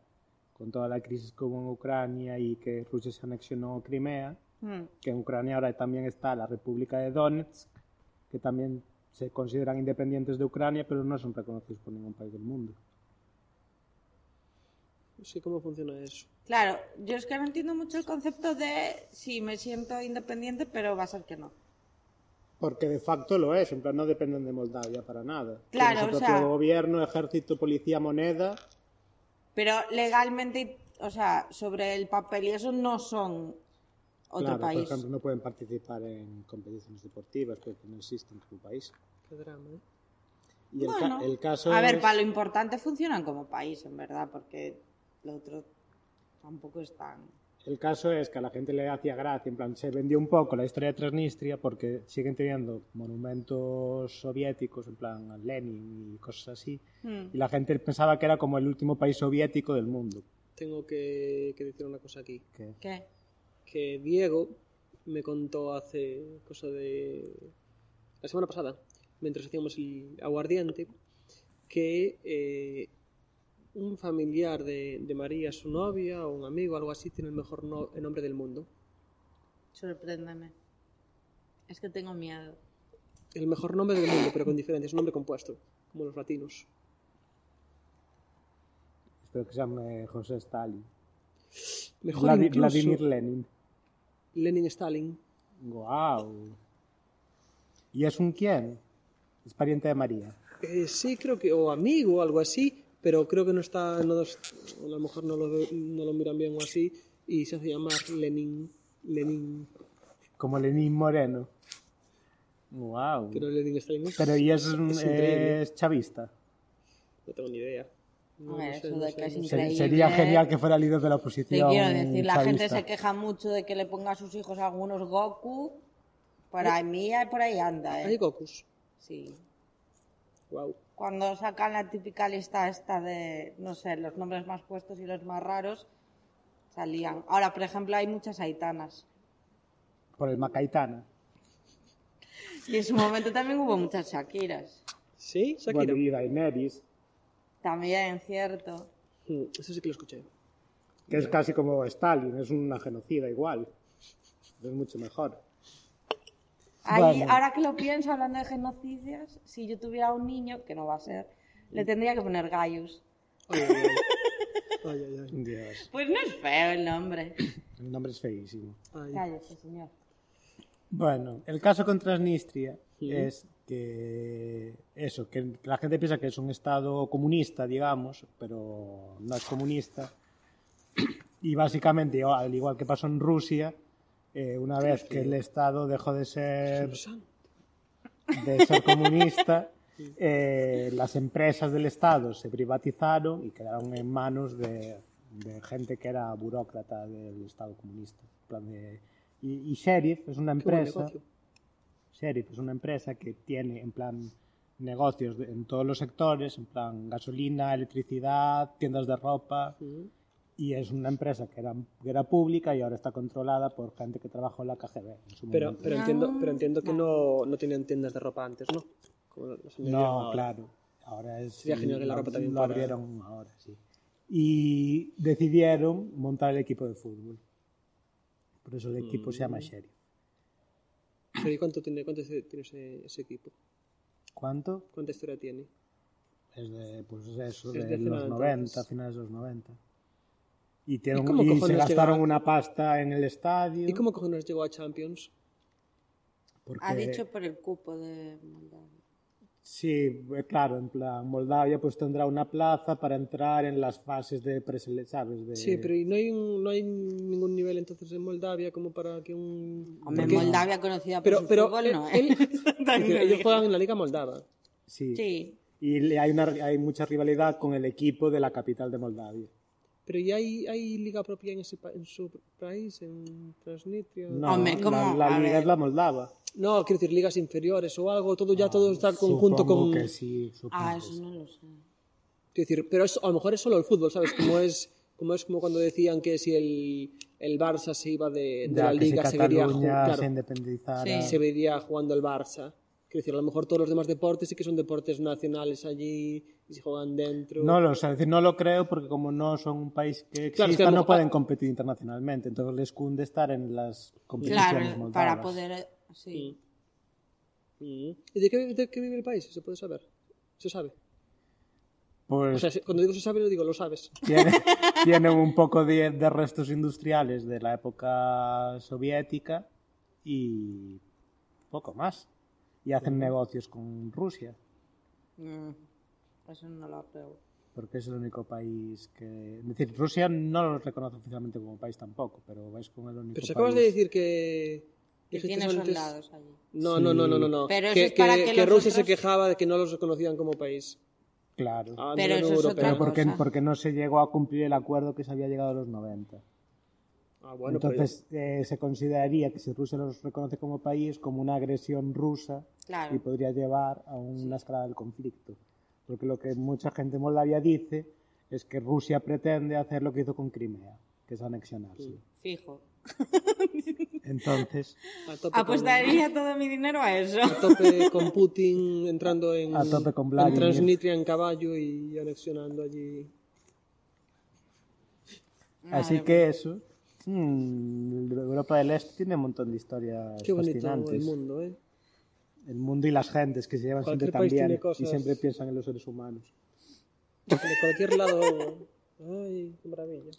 H: con toda la crisis que hubo en Ucrania y que Rusia se anexionó Crimea,
I: Mm.
H: que en Ucrania ahora también está la República de Donetsk, que también se consideran independientes de Ucrania, pero no son reconocidos por ningún país del mundo.
C: No sé cómo funciona eso.
I: Claro, yo es que no entiendo mucho el concepto de si me siento independiente, pero va a ser que no.
H: Porque de facto lo es, en plan no dependen de Moldavia para nada.
I: Claro,
H: Tienen su
I: o
H: propio
I: sea-
H: gobierno, ejército, policía, moneda,
I: Pero legalmente, o sea, sobre el papel y eso no son otro
H: Claro,
I: país.
H: Por ejemplo, no pueden participar en competiciones deportivas porque no existen en su país.
C: Qué drama, ¿eh?
H: Y el, ca-
I: Bueno,
H: el caso
I: a ver,
H: es-
I: para lo importante funcionan como país, en verdad, porque lo otro tampoco es tan...
H: el caso es que a la gente le hacía gracia, en plan, se vendió un poco la historia de Transnistria porque siguen teniendo monumentos soviéticos, en plan a Lenin y cosas así,
I: Mm.
H: y la gente pensaba que era como el último país soviético del mundo.
C: Tengo que, que decir una cosa aquí.
H: que-
I: ¿Qué?
C: Que Diego me contó hace cosa de... La semana pasada, mientras hacíamos el aguardiente, que eh, un familiar de, de María, su novia o un amigo, algo así, tiene el mejor no- el nombre del mundo.
I: Sorpréndeme. Es que tengo miedo.
C: El mejor nombre del mundo, pero con diferencia, es un nombre compuesto, como los latinos.
H: Espero que se llame José Stalin.
C: Mejor
H: Vladi-
C: incluso
H: Vladimir Lenin.
C: Lenin Stalin.
H: ¡Guau! ¿Y es un quién? Es pariente de María.
C: Eh, sí, creo que, o amigo, o algo así, pero creo que no está, no, dos- a lo mejor no lo, ve- no lo miran bien o así, y se hace llamar Lenin, Lenin,
H: Como Lenín Moreno. Wow.
C: creo Lenin Stalin, es-
H: Pero y es, un-
C: es increíble.
H: es chavista.
C: no tengo ni idea. No,
I: A ver,
C: no sé,
I: eso
C: no
I: de
C: sé,
I: que es
C: no sé.
H: Se-
I: Increíble.
H: Sería genial que fuera líder de la
I: Te
H: oposición.
I: quiero decir, la gente
H: chavista.
I: se queja mucho de que le ponga a sus hijos algunos Goku. Para mí, ahí- por ahí anda,
C: Hay
I: ¿eh?
C: Gokus,
I: Sí.
C: wow.
I: Cuando sacan la típica lista esta de, no sé, los nombres más puestos y los más raros, salían. Ahora, por ejemplo, hay muchas aitanas.
H: Por el Macaitana.
I: Y en su momento también hubo muchas Shakiras.
C: ¿Sí? Shakira.
H: Bueno, y Daenerys,
I: También, cierto.
C: Mm, Eso sí que lo escuché.
H: que es casi como Stalin, es una genocida igual. Es mucho mejor.
I: Ahí,
H: Vale.
I: Ahora que lo pienso, hablando de genocidios, si yo tuviera un niño, que no va a ser, le tendría que poner Gaius.
C: Ai, ai, ai. Ai, ai, ai.
H: Dios,
I: Pues no es feo el nombre.
H: el nombre es feísimo.
C: Ai.
I: Cállese, señor.
H: Bueno, el caso con Transnistria
C: Sí.
H: es que eso, que la gente piensa que es un estado comunista, digamos, pero no es comunista. Y básicamente, o- al igual que pasó en Rusia, eh, una vez que el Estado dejó de ser, de ser comunista, eh, las empresas del Estado se privatizaron y quedaron en manos de, de gente que era burócrata del Estado comunista. En plan de- y, y Sheriff es una
C: Que buen
H: empresa
C: negocio.
H: Sheriff es una empresa que tiene en plan negocios de- en todos los sectores, en plan gasolina, electricidad, tiendas de ropa,
C: Sí.
H: y es una empresa que era, que era pública y ahora está controlada por gente que trabajó en la KGB. en su
C: Pero,
H: momento.
C: pero entiendo, pero entiendo que no, no tenían tiendas de ropa antes, ¿no? Como las han
H: no,
C: llamado ahora.
H: claro. Ahora es,
C: Sería genial que la
H: lo-
C: ropa también
H: Lo
C: fuera-
H: abrieron ahora, sí. Y decidieron montar el equipo de fútbol. Por eso el equipo se
C: Mm.
H: llama Sheriff.
C: Pero ¿y cuánto tiene, cuánto ese- tiene ese, ese equipo?
H: ¿Cuánto?
C: ¿Cuánta historia tiene?
H: Es de, pues eso,
C: Es
H: de
C: de
H: los
C: finales,
H: 90,
C: entonces.
H: finales de los 90. Y, tienen-
C: ¿Y cómo
H: y se
C: cojones
H: gastaron
C: llegaron?
H: una pasta en el estadio.
C: ¿Y cómo cojones llegó a Champions?
H: Porque,
I: Ha dicho por el cupo de Moldavia.
H: Sí, eh, claro, en plan, Moldavia pues tendrá una plaza para entrar en las fases de presele, ¿sabes? De,
C: Sí, pero ¿y no hay, un- no hay ningún nivel entonces en Moldavia como para que un...
I: Hombre,
C: porque-
I: Moldavia conocida por
C: Pero-
I: su
C: pero
I: fútbol,
C: él-
I: no,
C: él-
I: ¿eh?
C: Es decir, ellos juegan en la Liga Moldava.
H: Sí.
I: Sí.
H: Y le- hay, una, hay mucha rivalidad con el equipo de la capital de Moldavia.
C: Pero ¿y hay, hay liga propia en, ese pa- en su país, en Transnistria?
H: No,
I: Hombre, ¿cómo?
H: la, la
I: A
H: liga
I: ver.
H: es la moldava. Ah,
C: No, quiero decir ligas inferiores o algo, todo ya todo está
H: Supongo
C: conjunto con...
H: que sí, supongo
I: Ah,
H: que
I: eso
H: sí.
I: no lo sé.
C: Quiero decir, pero es- a lo mejor es solo el fútbol, ¿sabes? Como es como, es como cuando decían que si el, el Barça se iba de, de
H: Ya,
C: la
H: que si
C: liga, seguiría, ju-
H: Cataluña
C: claro,
H: se independizara.
I: Sí.
C: seguiría jugando el Barça. Quiero decir, a lo mejor todos los demás deportes sí que son deportes nacionales allí y se juegan dentro.
H: No lo sé, es decir, no lo creo porque como no son un país que exista,
C: Claro, es que a lo
H: no
C: mejor-
H: pueden competir internacionalmente, entonces les cunde estar en las competiciones
I: Claro,
H: moldavas.
I: para poder. Sí.
C: Mm. ¿Y de qué, de qué vive el país? ¿Se puede saber? ¿Se sabe?
H: Pues
C: O sea, se- cuando digo se sabe, lo digo, lo sabes.
H: tiene- tienen un poco de, de restos industriales de la época soviética y poco más. Y hacen negocios con Rusia,
I: Mm, Eso no lo creo.
H: porque es el único país que... Es decir, Rusia no los reconoce oficialmente como país tampoco, pero es como el único
C: Pero
H: país...
C: se acabas de decir que...
I: Que
C: dijiste
I: tiene
C: antes-
I: soldados allí.
C: No,
H: Sí.
C: no, no, no, no, no.
I: Pero eso
C: que
I: es para que los
C: Rusia se
I: otros-
C: quejaba de que no los reconocían como país.
H: Claro.
C: Ah,
I: Pero
C: no, no,
I: eso es
C: europeo.
I: otra
H: Pero porque,
I: cosa.
H: porque no se llegó a cumplir el acuerdo que se había llegado a los 90.
C: Ah, bueno, pero-
H: Entonces eh, se consideraría que si Rusia los reconoce como país, como una agresión rusa
I: Claro.
H: y podría llevar a una escalada del conflicto. Porque lo que mucha gente en Moldavia dice es que Rusia pretende hacer lo que hizo con Crimea, que es anexionarse.
I: Fijo.
H: Entonces,
C: a tope
I: Apostaría todo mi dinero a eso.
C: Con, a tope con Putin entrando en,
H: A tope con
C: en
H: Vladimir.
C: Transnistria en caballo y anexionando allí.
H: así que eso. mm, Europa del Este tiene un montón de historias
C: Qué bonito el
H: fascinantes.
C: mundo, ¿eh?
H: el mundo y las gentes que se llevan siempre
C: Cualquier
H: tan
C: país
H: bien
C: tiene cosas.
H: y siempre piensan en los seres humanos.
C: De cualquier lado. Ay, qué maravilla.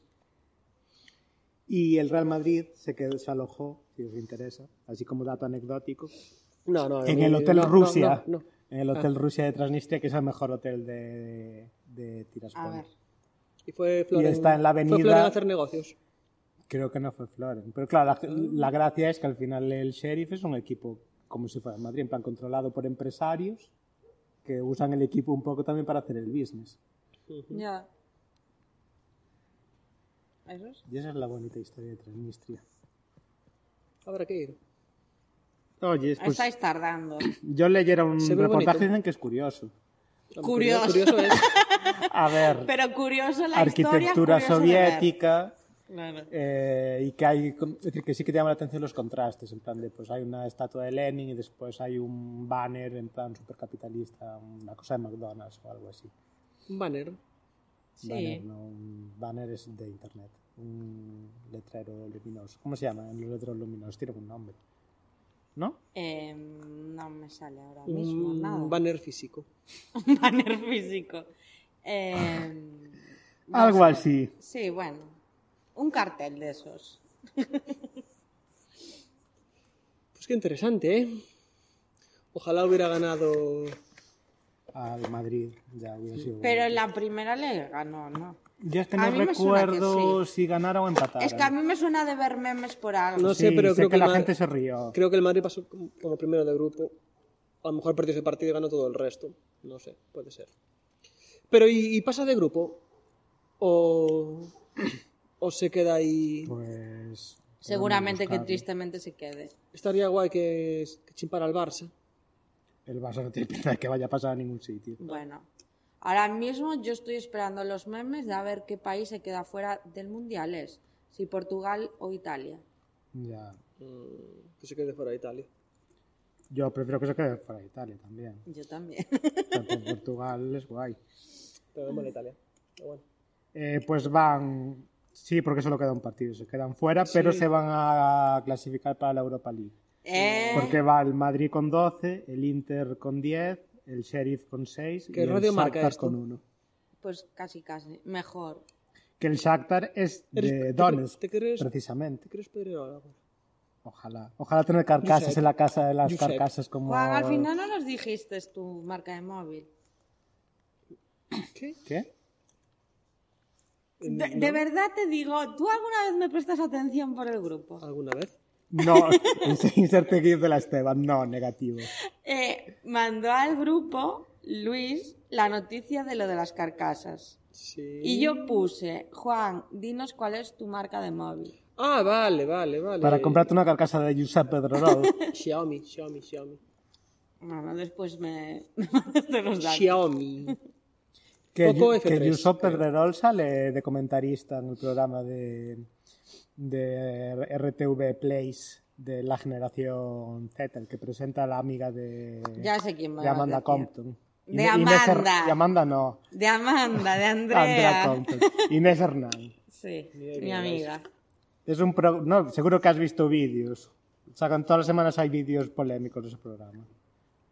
H: Y el Real Madrid se quedó, se alojó, si os interesa, así como dato anecdótico,
C: No, no,
H: en
C: no,
H: el
C: no,
H: Hotel
C: no,
H: Rusia.
C: no, no.
H: En el
I: Ah.
H: Hotel Rusia de Transnistria, que es el mejor hotel de, de
I: A
H: Tiraspol.
I: ver.
C: Y fue Floren,
H: está en la
C: fue
H: avenida-
C: Floren a hacer negocios.
H: Creo que no fue Floren. Pero claro, la,
I: Mm.
H: la gracia es que al final el Sheriff es un equipo como si fuera el Madrid, en plan controlado por empresarios que usan el equipo un poco también para hacer el business.
I: Ya. ¿Eso es?
H: Y esa es la bonita historia de Transnistria.
C: Habrá que ir.
H: Oye, pues
I: Estáis tardando.
H: yo leyera un
C: Se ve
H: reportaje y
C: bonito.
H: dicen que es curioso.
I: Curioso.
C: Curioso es.
H: A ver,
I: Pero curioso la
H: arquitectura
I: historia. curioso de ver.
H: soviética
I: Claro.
H: eh, y que hay es decir, que sí que te llama la atención los contrastes en plan de pues hay una estatua de Lenin y después hay un banner en plan supercapitalista una cosa de McDonald's o algo así
C: Un banner.
I: Sí.
H: banner, no, un banner es de internet un letrero luminoso ¿cómo se llaman los letreros luminosos? tienen un nombre ¿no?
I: Eh, no me sale ahora mismo
C: Un
I: nada.
C: banner físico.
I: Un banner físico. Eh, No
J: Algo
I: sé.
J: así.
I: Sí, bueno. Un cartel de esos.
C: Pues qué interesante, ¿eh? Ojalá hubiera ganado...
H: al Madrid. Ya hubiera sido. este
I: Pero en la primera le ganó, ¿no?
J: Yo es que
I: A
J: no
I: mí me suena que
J: recuerdo si ganaron o empataron.
I: Es que a mí me suena de ver memes por algo.
C: No sé,
J: Sí,
C: pero
J: sé
C: creo
J: que la
C: el Mar-
J: gente se rió.
C: Creo que el Madrid pasó como como primero de grupo. A lo mejor perdió ese partido y ganó todo el resto. No sé, puede ser. Pero ¿y, y pasa de grupo? ¿O, o se queda ahí?
H: Pues.
I: Seguramente que
H: buscarlo.
I: tristemente se quede.
C: Estaría guay que, que chimpara al Barça.
H: El Barça no tiene pinta de que vaya a pasar a ningún sitio.
I: Bueno. Ahora mismo yo estoy esperando los memes de a ver qué país se queda fuera del Mundiales. Si Portugal o Italia.
H: Ya.
C: Mm, que se quede fuera de Italia.
H: Yo prefiero que se quede para Italia también.
I: Yo también.
H: Porque Portugal es guay.
C: Pero no mal Italia. Pero bueno.
H: Eh, pues van. Sí, porque solo queda un partido. Se quedan fuera, pero se van a clasificar para la Europa League.
I: Eh,
H: Porque va el Madrid con 12, el Inter con 10, el Sheriff con 6 y
C: ¿Qué
H: el
C: radio marca
H: Shakhtar
C: esto?
H: con 1.
I: Pues casi, casi. Mejor.
H: Que el Shakhtar es
C: Eres- te
H: de
C: cre-
H: Donetsk,
C: te crees-
H: precisamente.
C: ¿Te crees pedir ahora?
H: Ojalá. Ojalá tener carcasas
C: Josep.
H: en la casa de las
C: Josep.
H: carcasas como...
I: Juan, al final no nos dijiste tu marca de móvil.
C: ¿Qué?
H: ¿Qué?
I: De, de verdad te digo, ¿tú alguna vez me prestas atención por el grupo?
C: ¿Alguna vez?
H: No, ins- inserte gif de la Esteban. No, negativo.
I: Eh, mandó al grupo Luis la noticia de lo de las carcasas.
C: Sí.
I: Y yo puse, Juan, dinos cuál es tu marca de móvil.
C: Ah, vale, vale, vale.
H: Para comprarte una carcasa de Giuseppe Pedrorol.
C: Xiaomi, Xiaomi, Xiaomi.
I: Bueno, después me, me mandaste los datos.
C: Xiaomi.
H: Que,
C: Poco
H: Ju- que
C: F3,
H: Giuseppe
C: creo.
H: Pedrerol sale de comentarista en el programa de, de RTV Plays de la generación Z, el que presenta a la amiga de,
I: Ya sé quién me
H: de
I: vas a
H: Amanda
I: decir.
H: Compton.
I: De
H: Ine- Inés Her-
I: Amanda.
H: de Amanda no.
I: De Amanda, de Andrea.
H: Andrea Compton. Inés Hernán.
I: Sí, mi amiga.
H: Es un pro- no, seguro que has visto vídeos. Sacan todas las semanas hay vídeos polémicos de ese programa.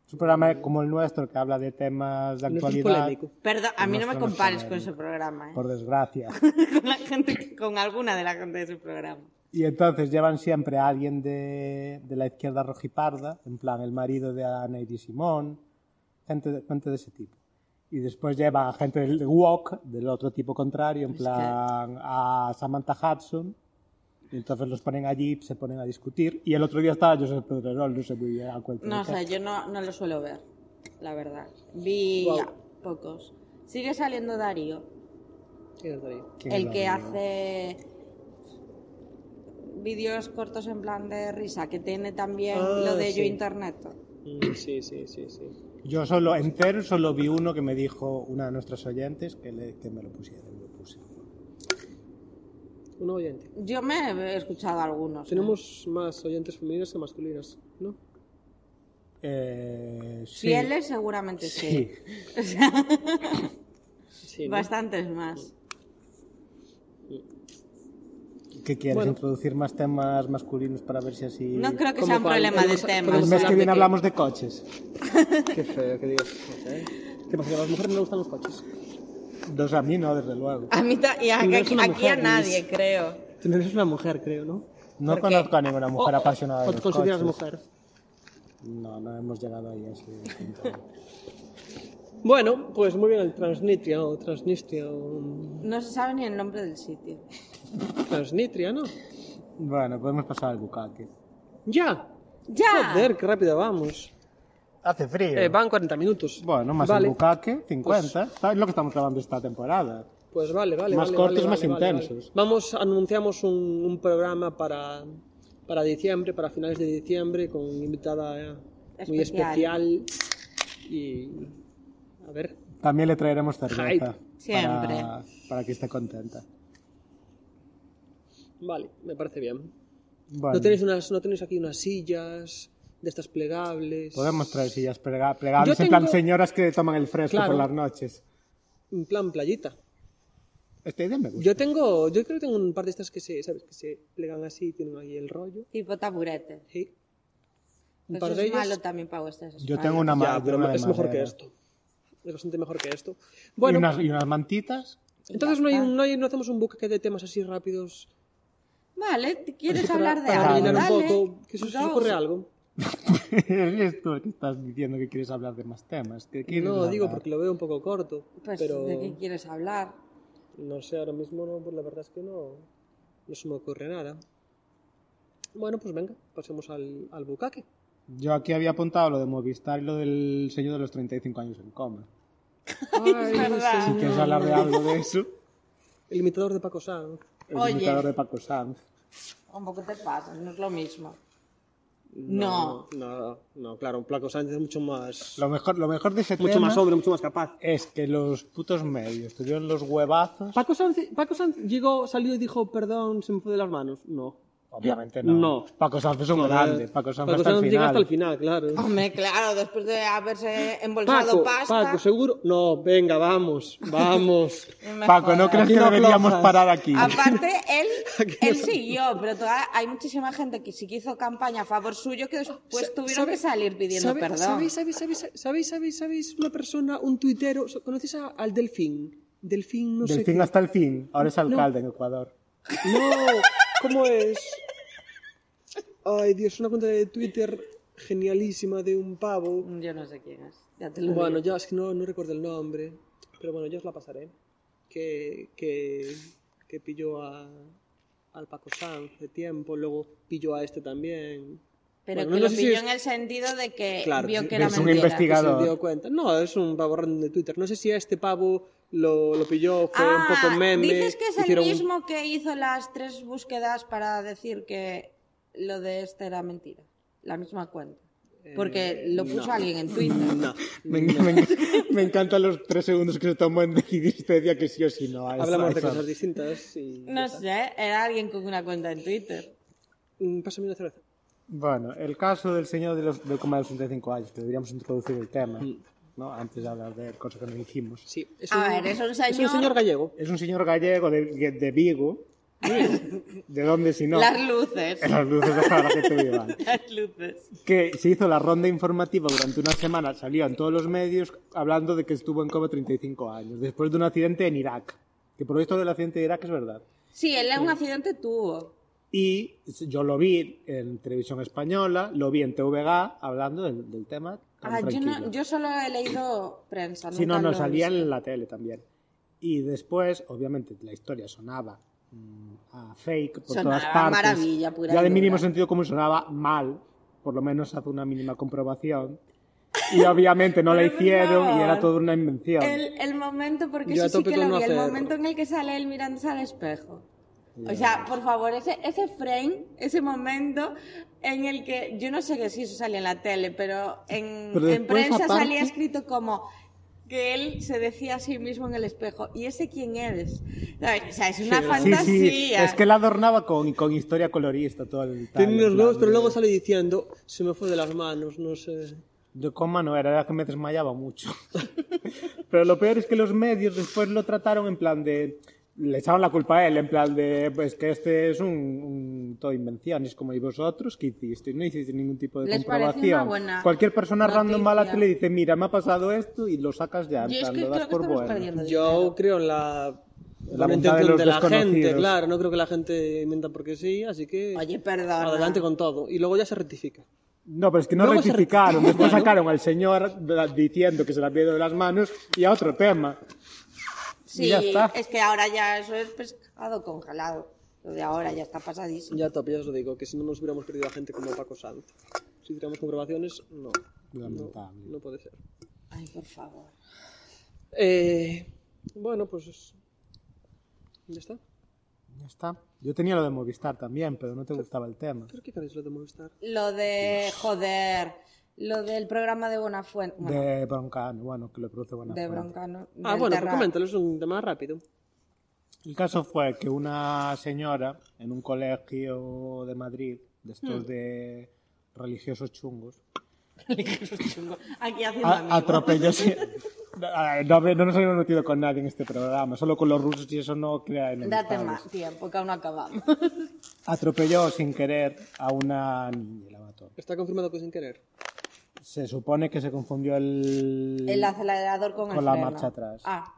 H: Es un programa como el nuestro que habla de temas de
C: Nuestro es
H: actualidad.
C: polémico.
I: Perdón, a mí no me
H: Nuestro no
I: compares
H: sabe.
I: con su programa, ¿eh?
H: Por desgracia.
I: con, la gente, que- con alguna de la gente de su programa.
H: Y entonces llevan siempre a alguien de, de la izquierda rojiparda, en plan el marido de Ana y Simón, gente de, gente de ese tipo. Y después lleva a gente del walk, del otro tipo contrario, en
I: Es que-
H: plan a Samantha Hudson. Y entonces los ponen allí, se ponen a discutir. Y el otro día estaba Josep Pedrerol, no sé muy bien a cuál
I: No,
H: tenía
I: o sea,
H: que-
I: yo no, no lo suelo ver, la verdad. Vi
C: Guau.
I: a pocos. Sigue saliendo Darío,
C: ¿Quién está ahí?
H: ¿Quién
I: el
H: lo
I: que
H: diría?
I: hace vídeos cortos en plan de risa, que tiene también
C: Ah,
I: lo de yo
C: sí.
I: internet.
C: Mm, Sí, sí, sí, sí.
H: Yo solo, entero, solo vi uno que me dijo una de nuestras oyentes que, le- que me lo pusiera. y lo puse.
C: Un oyente.
I: Yo me he escuchado algunos. ¿eh?
C: Tenemos más oyentes femeninas que masculinas, ¿no?
H: Eh, sí.
I: Fieles seguramente sí.
H: Sí.
C: Sí, ¿no?
I: Bastantes más.
H: ¿Qué quieres?
C: Bueno.
H: ¿Introducir más temas masculinos para ver si así.?
I: No creo que
C: ¿Cómo
I: sea un
C: cuál?
I: problema de
C: Podemos-
H: El
I: temas.
C: podemos
H: mes que
C: hablar de
H: viene
C: qué?
H: hablamos de coches.
C: Qué feo que digas. ¿eh? ¿Qué pasa? ¿Que a las mujeres no les gustan los coches?
H: Dos a mí no, desde luego.
C: Ah,
I: A mí ta- y a-
C: Tú no eres
I: aquí,
C: una
I: aquí a
C: mujer, Luis.
I: nadie, creo.
C: Tú no eres una mujer, creo, ¿no?
H: No conozco a ninguna mujer
C: O-
H: apasionada
C: ¿O
H: de
C: te
H: los
C: Oh, consideras
H: coches.
C: mujer?
H: No, no hemos llegado ahí a ese punto.
C: Bueno, pues muy bien, el Transnistria o Transnistria o...
I: No se sabe ni el nombre del sitio.
C: Transnistria, ¿no?
H: bueno, podemos pasar al bucaque.
C: ¡Ya!
I: ¡Ya!
C: Joder, qué rápido vamos.
H: Hace frío.
C: Eh, van 40 minutos.
H: Bueno, más
C: vale.
H: el bucaque, 50. Es lo que estamos grabando esta temporada.
C: Pues vale, vale.
H: Más
C: vale,
H: cortos,
C: vale,
H: más
C: vale, vale, vale.
H: intensos.
C: Vamos, anunciamos un, un programa para, para diciembre, para finales de diciembre, con invitada eh, muy especial.
I: Especial.
C: Y. A ver.
H: También le traeremos cerveza.
C: Hype.
I: Siempre.
H: Para, para que esté contenta.
C: Vale, me parece bien.
H: Bueno,
C: ¿No, tenéis unas, ¿No tenéis aquí unas sillas de estas plegables?
H: podemos traer sillas plega-
C: Yo
H: plegables. En
C: tengo-
H: plan, señoras que toman el fresco
C: Claro.
H: por las noches.
C: En plan playita.
H: Esta idea me gusta.
C: Yo tengo. Yo creo que tengo un par de estas que se, ¿sabes? Que se plegan así y tienen ahí el rollo.
I: Tipo taburete.
C: Sí.
I: Pues Eso
C: Un par de
I: es
C: ellas.
I: malo también para vuestras
H: Yo
I: espaldas.
H: tengo una
C: Ya,
H: ma- yo
C: pero
H: una de
C: es mejor que
H: madera.
C: esto. Es bastante mejor que esto.
H: Y
C: Bueno,
H: unas, y unas mantitas.
C: Entonces no, hay
I: Ah.
C: un- no, hay- no hacemos un buque de temas así rápidos.
I: Vale, ¿te ¿quieres
C: así para-
I: hablar de
C: Pues para
I: algo?
C: rellenar un
I: Dale,
C: poco, que se os
I: dos.
C: ocurre algo.
H: Eres tú el que estás diciendo que quieres hablar de más temas. ¿Qué quieres
C: No, digo
H: hablar?
C: porque lo veo un poco corto,
I: Pues,
C: pero
I: ¿de qué quieres hablar?
C: no sé, ahora mismo no, pues la verdad es que no, no se me ocurre nada. Bueno, pues venga, pasemos al, al bucaque.
H: Yo aquí había apuntado lo de Movistar y lo del señor de los 35 años en coma.
C: Ay,
I: verdad.
H: Si quieres hablar de algo de eso,
C: El imitador de Paco Sanz.
H: el
I: Oye.
H: imitador de Paco Sanz.
I: Un poco te pasas, no es lo mismo.
C: No, no, no, claro, Paco Sanz es mucho más,
H: Lo mejor, lo mejor de ese
C: mucho
H: tema
C: más hombre, mucho más capaz.
H: es que los putos medios tuvieron los huevazos.
C: Paco Sanz, Paco Sanz llegó, salió y dijo, perdón, se me fue de las manos. No.
H: Obviamente no.
C: No.
H: Paco Sanz es un grande. Paco Sanz, hasta, el
C: llega
H: final.
C: hasta el final, claro.
I: Hombre, claro, después de haberse embolsado
C: Paco,
I: Ah, pasta.
C: Paco, seguro. No, venga, vamos, vamos.
I: no me
H: Paco, ¿no
I: jodas.
H: crees que
C: no Ah,
H: deberíamos
C: aflojas.
H: parar aquí?
I: Aparte, él, él siguió, pero toda- hay muchísima gente que sí que hizo campaña a favor suyo que después Pues tuvieron
C: ¿sabe-
I: que salir pidiendo
C: ¿Sabe-
I: perdón.
C: ¿Sabéis, sabéis, sabéis, sabéis, sabéis, sabéis una persona, un tuitero? so- ¿Conocéis a- al Delfín? Delfín, no sé.
H: Del fin hasta el fin. Ahora es alcalde en Ecuador.
C: qué- No, ¿cómo es? Ay, Dios, una cuenta de Twitter genialísima de un pavo.
I: Yo no sé quién es. Ya te lo
C: Bueno,
I: digo.
C: ya es que no, no recuerdo el nombre, pero bueno, yo os la pasaré. Que, que, que pilló a, al Paco Sanz de tiempo, luego pilló a este también.
I: Pero
C: bueno,
I: que
C: no
I: lo
C: sé si
I: pilló
C: es-
I: en el sentido de que
C: Claro,
I: vio
C: sí,
I: que era
H: es un
I: mentira.
H: investigador.
C: se dio cuenta. No, es un pavo random de Twitter. No sé si a este pavo lo, lo pilló, fue
I: Ah,
C: un poco meme.
I: dices que es
C: hicieron-
I: el mismo que hizo las tres búsquedas para decir que lo de este era mentira. La misma cuenta. Porque lo puso
C: Eh, no.
I: alguien en Twitter.
C: No.
H: Me, enc- me enc- me encantan los tres segundos que se tomó en decidir si te decía que sí o si no. a esa-
C: Hablamos
H: a
C: de
H: esa-
C: cosas distintas y... ya
I: No
C: está.
I: sé, era alguien con una cuenta en Twitter.
C: Mm, Pásame una cerveza.
H: Bueno, el caso del señor de los, del coma de los 65 años, que deberíamos introducir el tema,
C: Mm.
H: ¿no? Antes de hablar de cosas que no hicimos.
C: Sí, es
I: A
C: un,
I: ver, es un
C: es un
I: señor-
C: señor gallego.
H: Es un señor gallego de, de Vigo. ¿De dónde si no?
I: Las luces.
H: En las luces de la que te vivan.
I: Las luces.
H: Que se hizo la ronda informativa durante una semana, salió en todos los medios hablando de que estuvo en coma 35 años, después de un accidente en Irak. Que por lo visto del accidente de Irak es verdad.
I: Sí, él un accidente tuvo.
H: Y yo lo vi en televisión española, lo vi en TVG hablando del, del tema. tan
I: Ah, yo, no-
H: tranquilo.
I: yo solo he leído prensa.
H: Sí, no,
I: nunca
H: no,
I: lo he
H: salía
I: visto.
H: en la tele también. Y después, obviamente, la historia sonaba mm, a fake por
I: Sonaba
H: todas partes.
I: maravilla, pura
H: ya de
I: y
H: mínimo
I: dura.
H: sentido como sonaba mal, por lo menos hace una mínima comprobación. Y obviamente no la
I: Pero, por
H: hicieron y
I: favor.
H: era toda una invención.
I: El, el momento, porque
C: Yo a
I: eso sí
C: tope
I: que
C: con
I: lo
C: no
I: vi, el
C: hacer-
I: momento en el que sale él mirándose al espejo. O sea, por favor, ese, ese frame, ese momento en el que, yo no sé que si eso salía en la tele, pero en,
H: Pero
I: en
H: después,
I: prensa
H: aparte-
I: salía escrito como que él se decía a sí mismo en el espejo, ¿y ese quién eres? ¿Sabes? O sea, es una
H: sí,
I: fantasía.
H: sí, es que la adornaba con, con historia colorista todo el tal,
C: Tiene unos
H: en
C: huevos,
H: plan
C: pero
H: de-
C: luego sale diciendo, se me fue de las manos, no sé.
H: Yo coma no era, era que me desmayaba mucho. Pero lo peor es que los medios después lo trataron en plan de... Le echaban la culpa a él, en plan de, pues que este es un, un todo invenciones, como y vosotros, que hicisteis? No hicisteis ningún tipo de
I: Les parece
H: comprobación.
I: una buena
H: Cualquier persona random mala
I: noticia.
H: te le dice, mira, me ha pasado esto, y lo sacas ya, en
I: Yo es
H: plan,
I: que
H: lo das
I: creo que
H: por
I: estamos
H: bueno.
I: perdiendo
C: Yo creo en la,
H: La
C: buena
H: voluntad de los
C: intención de la gente,
H: desconocidos.
C: claro. No creo que la gente inventa porque sí, así que
I: Oye, perdona.
C: adelante con todo. Y luego ya se rectifica.
H: No, pero es que no
C: Luego se
H: rectificaron,
C: rectifica.
H: después
C: Bueno.
H: sacaron al señor da- diciendo que se la había ido de las manos, y a otro tema.
I: Sí,
H: Y ya está.
I: es que ahora ya eso es pescado congelado. Lo de ahora ya está pasadísimo.
C: Ya top, ya os lo digo, que si no nos hubiéramos perdido a gente como Paco Sanz. Si hiciéramos comprobaciones, no. No,
H: Lamentable.
C: no puede ser.
I: Ay, por favor.
C: Eh, bueno, pues. Ya está.
H: Ya está. Yo tenía lo de Movistar también, pero no te gustaba el tema.
C: ¿Pero qué queréis lo de Movistar?
I: Lo de, joder, lo del programa de Buenafuente. Bueno,
H: De Broncano, bueno, que le produce buena
I: de,
H: fuente.
I: bronca, ¿no?
C: Ah,
I: Del
C: bueno, pues
I: Terra.
C: coméntalo, es un tema rápido.
H: El caso fue que una señora en un colegio de Madrid, de
I: Mm.
H: estos de religiosos chungos,
I: Aquí haciendo
H: a-
I: amigos.
H: atropelló... se- Ah, No, no nos habíamos metido con nadie en este programa, solo con los rusos y eso no crea
I: Date
H: enemistades.
I: más tiempo, que aún no acabamos.
H: Atropelló sin querer a una niña y la mató.
C: Está confirmado que sin querer.
H: Se supone que se confundió el...
I: El acelerador con, el
H: Con la
I: freno.
H: marcha atrás.
I: Ah,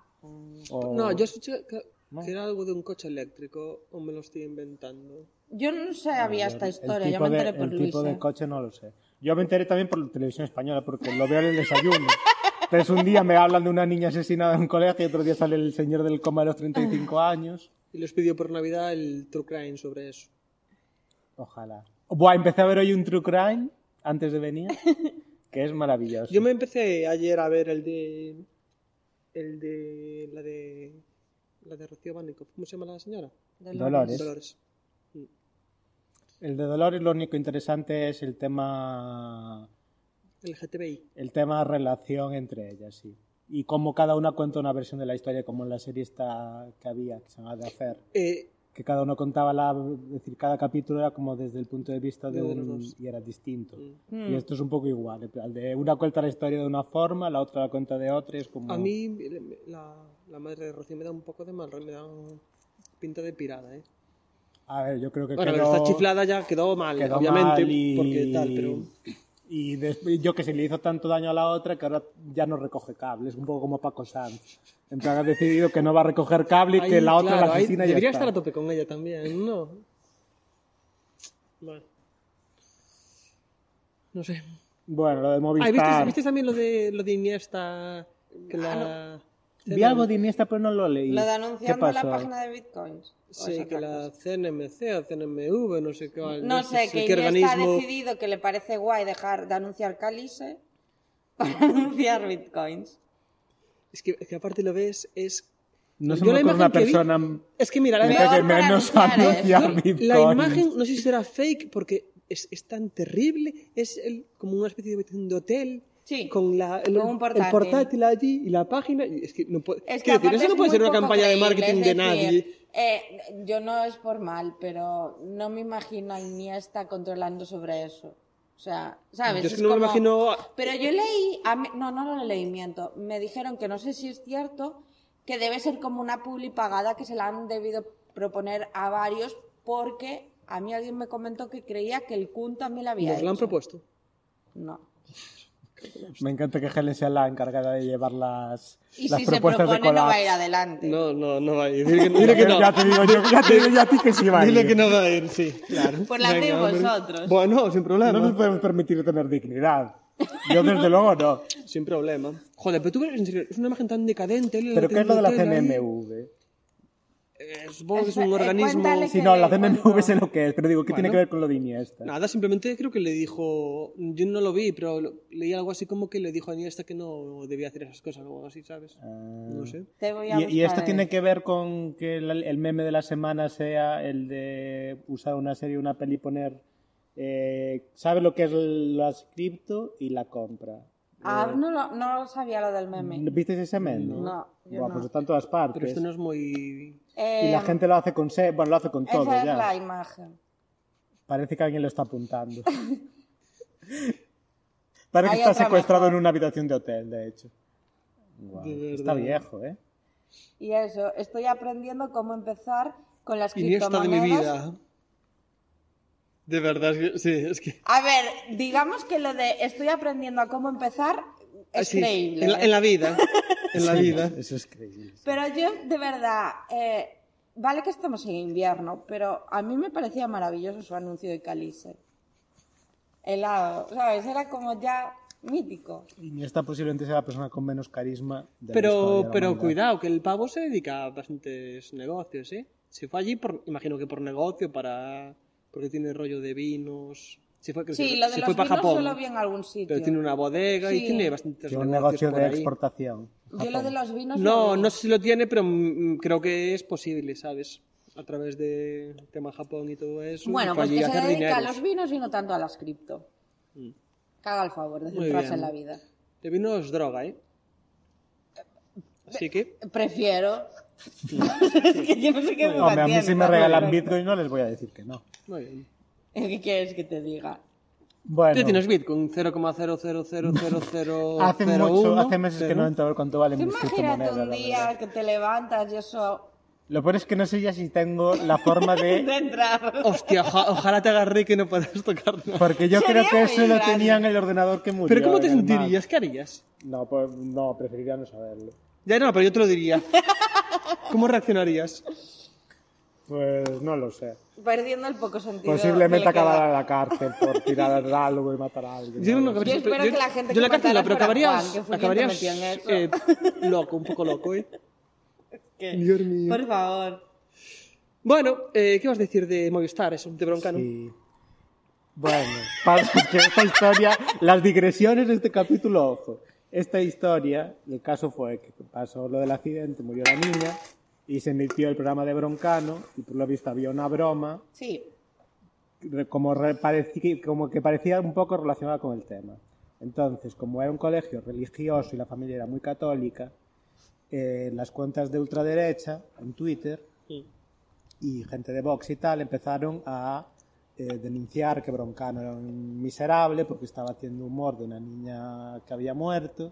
F: O-
C: No, yo escuché que,
H: No.
C: que era algo de un coche eléctrico o me lo estoy inventando.
I: Yo no sabía esta
H: El
I: historia, yo
H: tipo
I: me
H: de-
I: enteré por
H: El tipo
I: Luisa.
H: de coche no lo sé. Yo me enteré también por la televisión española, porque lo veo en el desayuno. Entonces un día me hablan de una niña asesinada en un colegio y otro día sale el señor del coma de los 35 años.
C: Y les pidió por Navidad el True Crime sobre eso.
H: Ojalá. Buah, empecé a ver hoy un true crime antes de venir, que es maravilloso.
C: Yo me empecé ayer a ver el de. El de. La de. La de Rocío Bánico. ¿Cómo se llama la señora?
H: Dolores.
C: Dolores.
H: El de Dolores lo único interesante es el tema
C: El GTBI.
H: el tema relación entre ellas, sí. Y cómo cada una cuenta una versión de la historia, como en la serie esta que había, que se llamaba The Affair.
C: Eh,
H: que cada uno contaba la es decir cada capítulo era como desde el punto de vista de
C: De uno,
H: un
C: dos.
H: y era distinto
I: Mm.
H: y esto es un poco igual en plan de una cuenta la historia de una forma la otra la cuenta de otra y es como
C: a mí, la, la madre de Rocío me da un poco de mal. Me da un- pinta de pirada, ¿eh?
H: a ver yo creo que
C: Bueno,
H: quedó-
C: pero está chiflada ya, quedó mal,
H: quedó
C: obviamente.
H: mal y-
C: Porque tal, pero.
H: y después yo que se le hizo tanto daño a la otra que ahora ya no recoge cables un poco como Paco Sanz en plan ha decidido que no va a recoger cable y que
C: Ahí,
H: la otra
C: claro,
H: la
C: ahí
H: asesina y ya
C: Debería
H: está.
C: estar a tope con ella también, ¿no? Bueno. No sé.
H: bueno lo de
C: Ah, ¿viste,
H: Movistar
C: viste también lo de, lo de Iniesta? Que
I: Ah,
C: la...
H: vi
C: este
H: algo de Iniesta pero no lo leí
I: Lo de
H: ¿Qué
I: anunciando
H: pasó?
I: la página de Pues bitcoins. o es
C: Sí,
I: otra
C: que
I: cosa.
C: la CNMC o CNMV, no sé qué.
I: No sé, que
C: qué
I: Iniesta ha decidido que le parece guay dejar de anunciar Calice para anunciar bitcoins.
C: Es que, es que aparte lo ves, es...
H: no se
C: Yo
H: me
C: la
H: ocurre una
C: imagen que vi-
H: persona
C: Es que mira, la,
I: Mira
H: que
I: Peor para
H: menos
I: anunciar
H: anuncia
I: esto.
H: Bitcoin.
C: la imagen, no sé si será fake, porque es, es tan terrible, es el- como una especie de, de hotel.
I: Sí,
C: Con la, el,
I: con un
C: el
I: portátil.
C: portátil allí y la página. y Es que no puede,
I: Es que
C: quiero decir,
I: aparte
C: eso no
I: es
C: puede ser
I: muy
C: una
I: poco
C: campaña de
I: creíble,
C: marketing
I: es
C: de
I: decir,
C: nadie.
I: eh, yo no es por mal, pero no me imagino a Iniesta controlando sobre eso. O sea, ¿sabes?
C: Yo es que
I: Es
C: no me
I: como-
C: imagino a-
I: Pero yo leí, a mí- no, no lo leí, miento. Me dijeron que no sé si es cierto, que debe ser como una publi pagada que se la han debido proponer a varios, porque a mí alguien me comentó que creía que el Kun también la había
C: Nos la han
I: hecho.
C: propuesto.
I: No.
H: Me encanta que Helen sea la encargada de llevar las,
I: Y
H: las
I: si se
H: propuestas
I: propone,
H: de collage.
I: no va a ir adelante.
C: No, no, no va a ir. Dile que, dile que no.
H: Ya te digo yo, ya te digo yo a ti que sí va a
C: Dile
H: ir.
C: que no va a ir, sí. Claro.
I: Pues la hacéis
C: Venga, hombre.
I: vosotros.
C: Bueno, sin problema.
H: No nos podemos permitir tener dignidad. Yo desde luego no.
C: Sin problema. Joder, pero tú ves, en serio, es una imagen tan decadente. el
H: ¿Pero qué es lo de la
C: hotel ahí.
H: CNMV?
C: Eh, supongo que es un
I: Espe- eh,
C: organismo...
I: cuéntale
H: Sí, no, la
I: Cuéntale,
H: CNMV sé lo que es, pero digo, ¿qué tiene
C: Bueno.
H: que ver con lo de Iniesta?
C: Nada, simplemente creo que le dijo... Yo no lo vi, pero lo- leí algo así como que le dijo a Iniesta que no debía hacer esas cosas o algo así, ¿sabes?
H: Ah.
C: No sé.
I: Te voy a
H: Y, y esto
I: buscar
H: tiene
I: el-
H: que ver con que el, el meme de la semana sea el de usar una serie, una peli, poner... Eh, sabe lo que es el- las cripto y la compra. Eh,
I: Ah,
C: Eh,
I: no, lo- no lo sabía lo del meme.
H: ¿Visteis ese meme?
I: No, yo
H: Buah,
I: no.
H: pues está en todas partes.
C: Pero esto no es muy...
I: Eh,
H: Y la gente lo hace con se... bueno, lo hace con todo
I: Esa es
H: ya.
I: la imagen.
H: Parece que alguien lo está apuntando. Parece
I: Hay
H: que está
I: otra
H: secuestrado
I: mejor.
H: en una habitación de hotel, de hecho. Guau,
C: De
H: está
C: verdad.
H: viejo, ¿eh?
I: Y eso, estoy aprendiendo cómo empezar con las
C: Iniesta de mi
I: criptomonedas.
C: vida. De verdad, es que- sí, es que...
I: A ver, digamos que lo de estoy aprendiendo a cómo empezar es
C: Sí,
I: creíble. ¿eh?
C: En la, en la vida. En la
H: Sí,
C: vida.
H: Eso es creíble.
I: Pero yo, de verdad, eh, vale que estamos en invierno, pero a mí me parecía maravilloso su anuncio de Calice. Helado, ¿sabes? Era como ya mítico.
H: Iniesta posiblemente sea la persona con menos carisma de la historia de
C: Pero,
H: la
C: pero
H: humanidad.
C: cuidado, que el pavo se dedica a bastantes negocios, ¿eh? Se fue allí, por, imagino que por negocio, para porque tiene rollo de vinos. Se fue, creo
I: Sí,
C: que
I: lo de
C: se
I: los
C: fue para
I: vinos
C: Japón,
I: solo vi en algún sitio.
C: pero tiene una bodega
I: Sí.
C: y tiene bastantes
H: Tiene un
C: negocios
H: negocio
C: por
H: de
C: ahí.
H: exportación.
I: Yo lo de los vinos lo
C: No,
I: vi.
C: no sé si lo tiene, pero mm, creo que es posible, ¿sabes? A través de tema Japón y todo eso.
I: Bueno,
C: y fue
I: pues
C: allí
I: que se
C: a hacer
I: dedica a
C: dineros.
I: los vinos y no tanto a las cripto. Caga el favor de
C: Muy
I: centrarse
C: bien.
I: en la vida.
C: De vino es droga, ¿eh? Así que...
I: Prefiero. es que yo no sé qué me
H: Hombre, a mí
I: mantiene,
H: si me
I: está
H: regalan
I: perfecto.
H: Bitcoin no les voy a decir que no.
C: Muy bien.
I: ¿Qué quieres que te diga?
H: Bueno,
C: ¿Tú tienes Bitcoin? 0,0000001.
H: hace, mucho, hace meses que no
C: cero.
H: entro a ver cuánto valen
I: Tú
H: mis
I: imagínate
H: criptomonedas.
I: un
H: la
I: día
H: verdad.
I: que te levantas y eso
H: Lo peor es que no sé ya si tengo la forma de
I: de entrar.
C: Hostia, oja- ojalá te agarré que no podrás tocar nada.
H: Porque yo
I: Sería
H: creo que
I: muy
H: eso lo
I: grande.
H: tenía en el ordenador que murió.
C: Pero ¿cómo te
H: en el Mac.
C: sentirías? ¿Qué harías?
H: No, pues no, preferiría no saberlo.
C: Ya no, pero yo te lo diría. ¿Cómo reaccionarías?
H: Pues no lo sé.
I: Perdiendo el poco sentido.
H: Posiblemente
I: de lo que
H: acabar
I: va.
H: en la cárcel por tirar algo y matar a alguien.
C: Yo,
H: ¿no?
C: no acabaría-
I: Yo espero
C: yo-
I: que la gente que
C: yo la cárcel no,
I: matara
C: pero
I: fuera
C: acabarías,
I: Juan, que fue quien te
C: acabarías
I: metió en eso.
C: eh, loco, un poco loco, ¿eh?
I: ¿Qué?
C: Dios mío.
I: Por favor.
C: Bueno, eh, ¿qué vas a decir de Movistar, eso, de Broncano?
H: Sí. Bueno, pasa que esta historia, las digresiones de este capítulo, ojo. Esta historia, el caso fue que pasó lo del accidente, murió la niña y se emitió el programa de Broncano y por lo visto había una broma
I: Sí.
H: re- como, re- pareci- como que parecía un poco relacionada con el tema. Entonces, como era un colegio religioso y la familia era muy católica, eh, las cuentas de ultraderecha en Twitter y gente de Vox y tal empezaron a eh, denunciar que Broncano era un miserable porque estaba haciendo humor de una niña que había muerto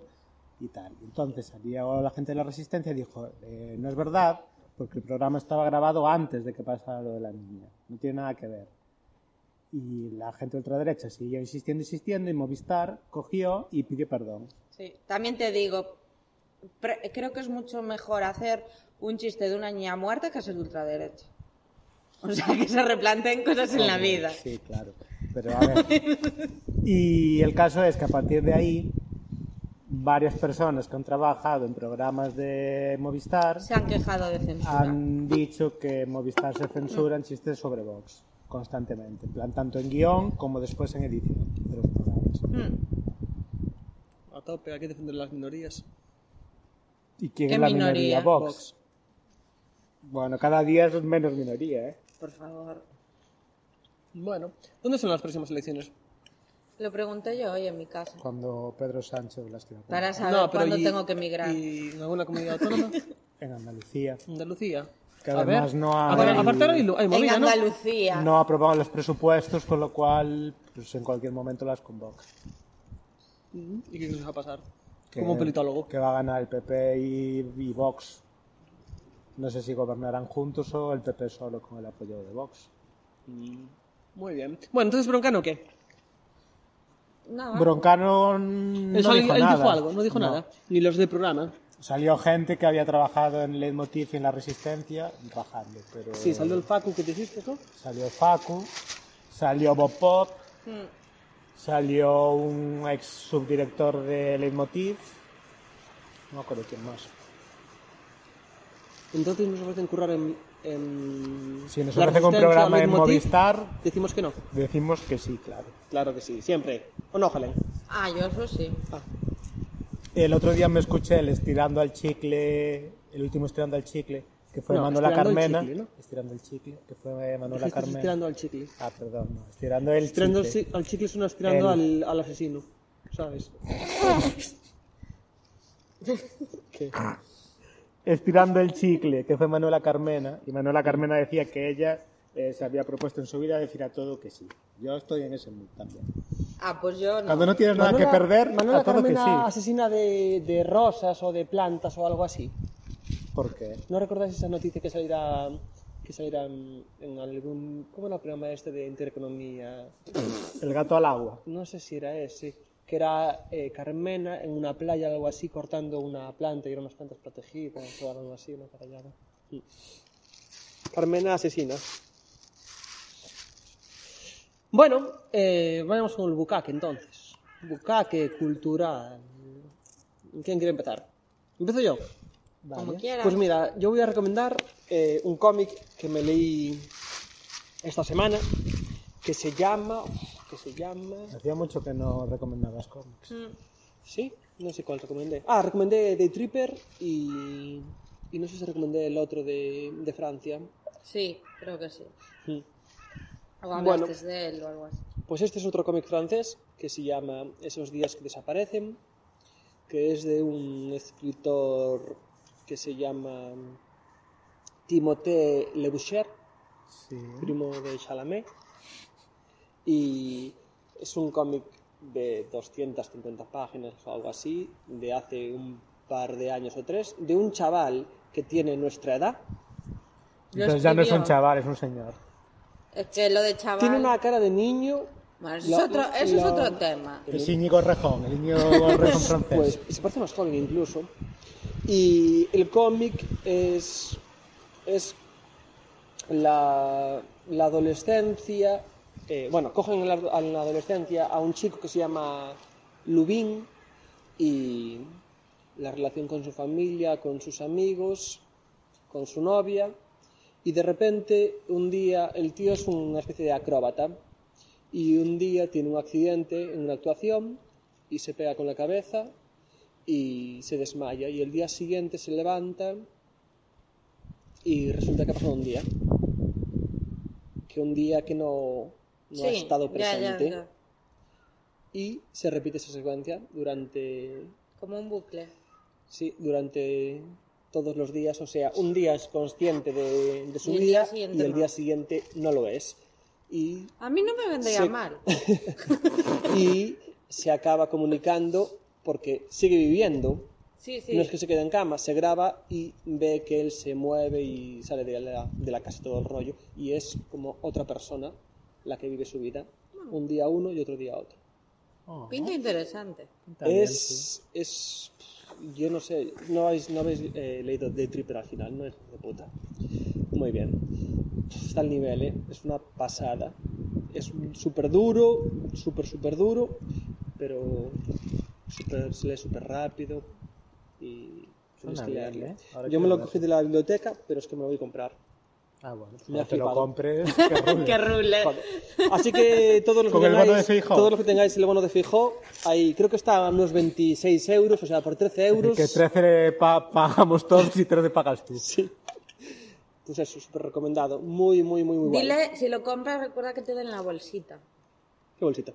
H: y tal. Entonces salió la gente de la Resistencia y dijo, "Eh, no es verdad, porque el programa estaba grabado antes de que pasara lo de la niña, no tiene nada que ver. Y la gente de ultraderecha siguió insistiendo, insistiendo, y Movistar cogió y pidió perdón.
I: Sí, también te digo, pre- creo que es mucho mejor hacer un chiste de una niña muerta que ser ultraderecha. O sea, que se replanteen cosas en la
H: Hombre,
I: vida.
H: Sí, claro. Pero a ver. Y el caso es que a partir de ahí, varias personas que han trabajado en programas de Movistar
I: Se han quejado de censura.
H: han dicho que Movistar se censura en chistes sobre Vox constantemente. En plan, tanto en guión como después en edición de los programas.
I: Mm,
C: A tope, hay que defender las minorías.
H: ¿Y quién
I: ¿Qué
H: es la minoría?
I: minoría?
H: Vox. Bueno, cada día es menos minoría, ¿eh?
I: por favor.
C: Bueno, ¿dónde son las próximas elecciones?
I: Lo pregunté yo hoy en mi casa.
H: Cuando Pedro Sánchez las tiró
I: Para saber cuándo
C: ¿y-
I: tengo que emigrar.
C: ¿Y en alguna comunidad autónoma?
H: en Andalucía.
C: Andalucía.
H: Que además no hay-
C: apar- Apartar hay, lu- hay
I: en
C: movida, ¿no?
I: Andalucía.
H: No ha aprobado los presupuestos, con lo cual pues, en cualquier momento las convoca.
C: Mm, ¿Y qué nos va a pasar?
H: Que-
C: Como un politólogo.
H: Que va a ganar el PP y, y Vox. No sé si gobernarán juntos o el PP solo con el apoyo de Vox.
C: Muy bien. Bueno, entonces, Broncano, ¿qué?
I: Nada.
H: Broncano mm, no
C: Ah. él, solo-
H: dijo
C: él
H: nada.
C: algo, no dijo nada. Ni los del programa.
H: Salió gente que había trabajado en Leitmotiv y en la Resistencia rajando, pero
C: Sí, salió el Facu que te hiciste, ¿no?
H: salió Facu, salió Bob Pop,
C: Hmm.
I: Mm,
H: salió un ex subdirector de Leitmotiv, no acuerdo quién más.
C: Entonces nos ofrecen currar en... en
H: Si nos
C: la
H: ofrecen un
C: Resistencia,
H: programa en
C: Leitmotiv,
H: Movistar,
C: Decimos que no.
H: decimos que sí, claro.
C: Claro que sí, siempre. O no, ojalá.
I: Ah, yo eso sí.
H: El otro día me escuché el estirando al chicle, el último estirando al chicle, que fue
C: No,
H: Manuela
C: estirando el
H: Carmena.
C: chicle, ¿no?
H: Estirando el chicle, que fue Manuela
C: Estás
H: Carmena.
C: estirando al chicle.
H: Ah, perdón, no, estirando el
C: Estirando al,
H: chicle.
C: chi- al chicle es una estirando
H: El-
C: al, al asesino, ¿sabes?
H: Estirando el chicle, que fue Manuela Carmena. Y Manuela Carmena decía que ella eh, se había propuesto en su vida decir a todo que sí. Yo estoy en ese mood también.
I: Ah, pues yo no.
H: Cuando no tienes nada que perder,
C: Manuela
H: a todo
C: Carmena
H: que sí.
C: asesina de, de rosas o de plantas o algo así.
H: ¿Por qué?
C: ¿No recordáis esa noticia que salirá que salirá en, en algún cómo era el programa este de intereconomía?
H: El gato al agua.
C: No sé si era ese, que era eh, Carmena en una playa o algo así cortando una planta y eran unas plantas protegidas o algo así, una carallada. Sí. Carmena asesina. Bueno, eh, vayamos con el bucaque entonces. Bucaque cultural. ¿Quién quiere empezar? ¿Empiezo yo?
I: Como quieras.
C: Pues mira, yo voy a recomendar eh, un cómic que me leí esta semana que se llama. que se llama.
H: Hacía mucho que no recomendabas cómics.
I: Mm,
C: Sí, no sé cuál recomendé. Ah, recomendé The Tripper y. y no sé si recomendé el otro de, de Francia.
I: Sí, creo que sí.
C: Mm.
I: O
C: Bueno.
I: hablaste de él o algo así.
C: Pues este es otro cómic francés que se llama Esos días que desaparecen, que es de un escritor que se llama Timothée Le Boucher, primo de Chalamet, y es un cómic de 250 páginas o algo así, de hace un par de años o tres, de un chaval que tiene nuestra edad,
I: Lo
H: Entonces ya no es un
I: escribió.
H: chaval, es un señor.
I: Es que lo de chaval.
C: tiene una cara de niño.
I: Bueno, eso
C: lo-
I: es otro, eso es
C: lo-
I: otro tema.
H: Es Íñigo Rejón, el Íñigo Rejón francés.
C: Pues se parece más joven incluso. Y el cómic es, es la, la adolescencia, eh, bueno, cogen en la, en la adolescencia a un chico que se llama Lubin y la relación con su familia, con sus amigos, con su novia y de repente un día el tío es una especie de acróbata y un día tiene un accidente en una actuación y se pega con la cabeza y se desmaya y el día siguiente se levanta y resulta que ha pasado un día que un día que no, no ha estado presente y se repite esa secuencia durante
I: Como un bucle.
C: Sí, durante todos los días, o sea, un día es consciente de, de su
I: Y el día
C: vida y
I: siguiente
C: el
I: no.
C: día siguiente no lo es. Y,
I: A mí no me vendría
C: Sí.
I: mal.
C: y se acaba comunicando porque sigue viviendo.
I: Sí, sí.
C: No es que se quede en cama, se graba y ve que él se mueve y sale de la, de la casa todo el rollo. Y es como otra persona la que vive su vida. Un día uno y otro día otro.
H: Oh,
I: Pinta interesante.
H: pinta bien, sí.
C: es, es. Yo no sé, no habéis, no habéis eh, leído The Tripper al final, ¿no? Hijo de puta. Muy bien. Está al nivel, ¿eh? Es una pasada. Es súper duro, súper, súper duro, pero súper- se lee súper rápido y tenéis
H: Suena
C: que
H: bien,
C: leerlo.
H: ¿eh? Ahora
C: Yo
H: quiero
C: me lo
H: leerlo.
C: cogí de la biblioteca, pero es que me lo voy a comprar.
H: Ah, bueno, pues
C: Me ha
H: cuando te lo compres,
C: flipado.
H: que rule.
I: Qué ruler.
C: Joder. Así que todos los, que
K: Con el bono
C: tengáis,
K: de Feijó.
C: todos los que tengáis el bono de Fijo, ahí creo que está a unos 26 euros, o sea, por 13 euros.
H: Que 13 pa- pagamos todos y 13 pagas tú.
C: Sí. Pues eso, súper recomendado. Muy, muy, muy, muy guay.
I: Dile, si lo compras, recuerda que te den la bolsita.
C: Qué bolsita.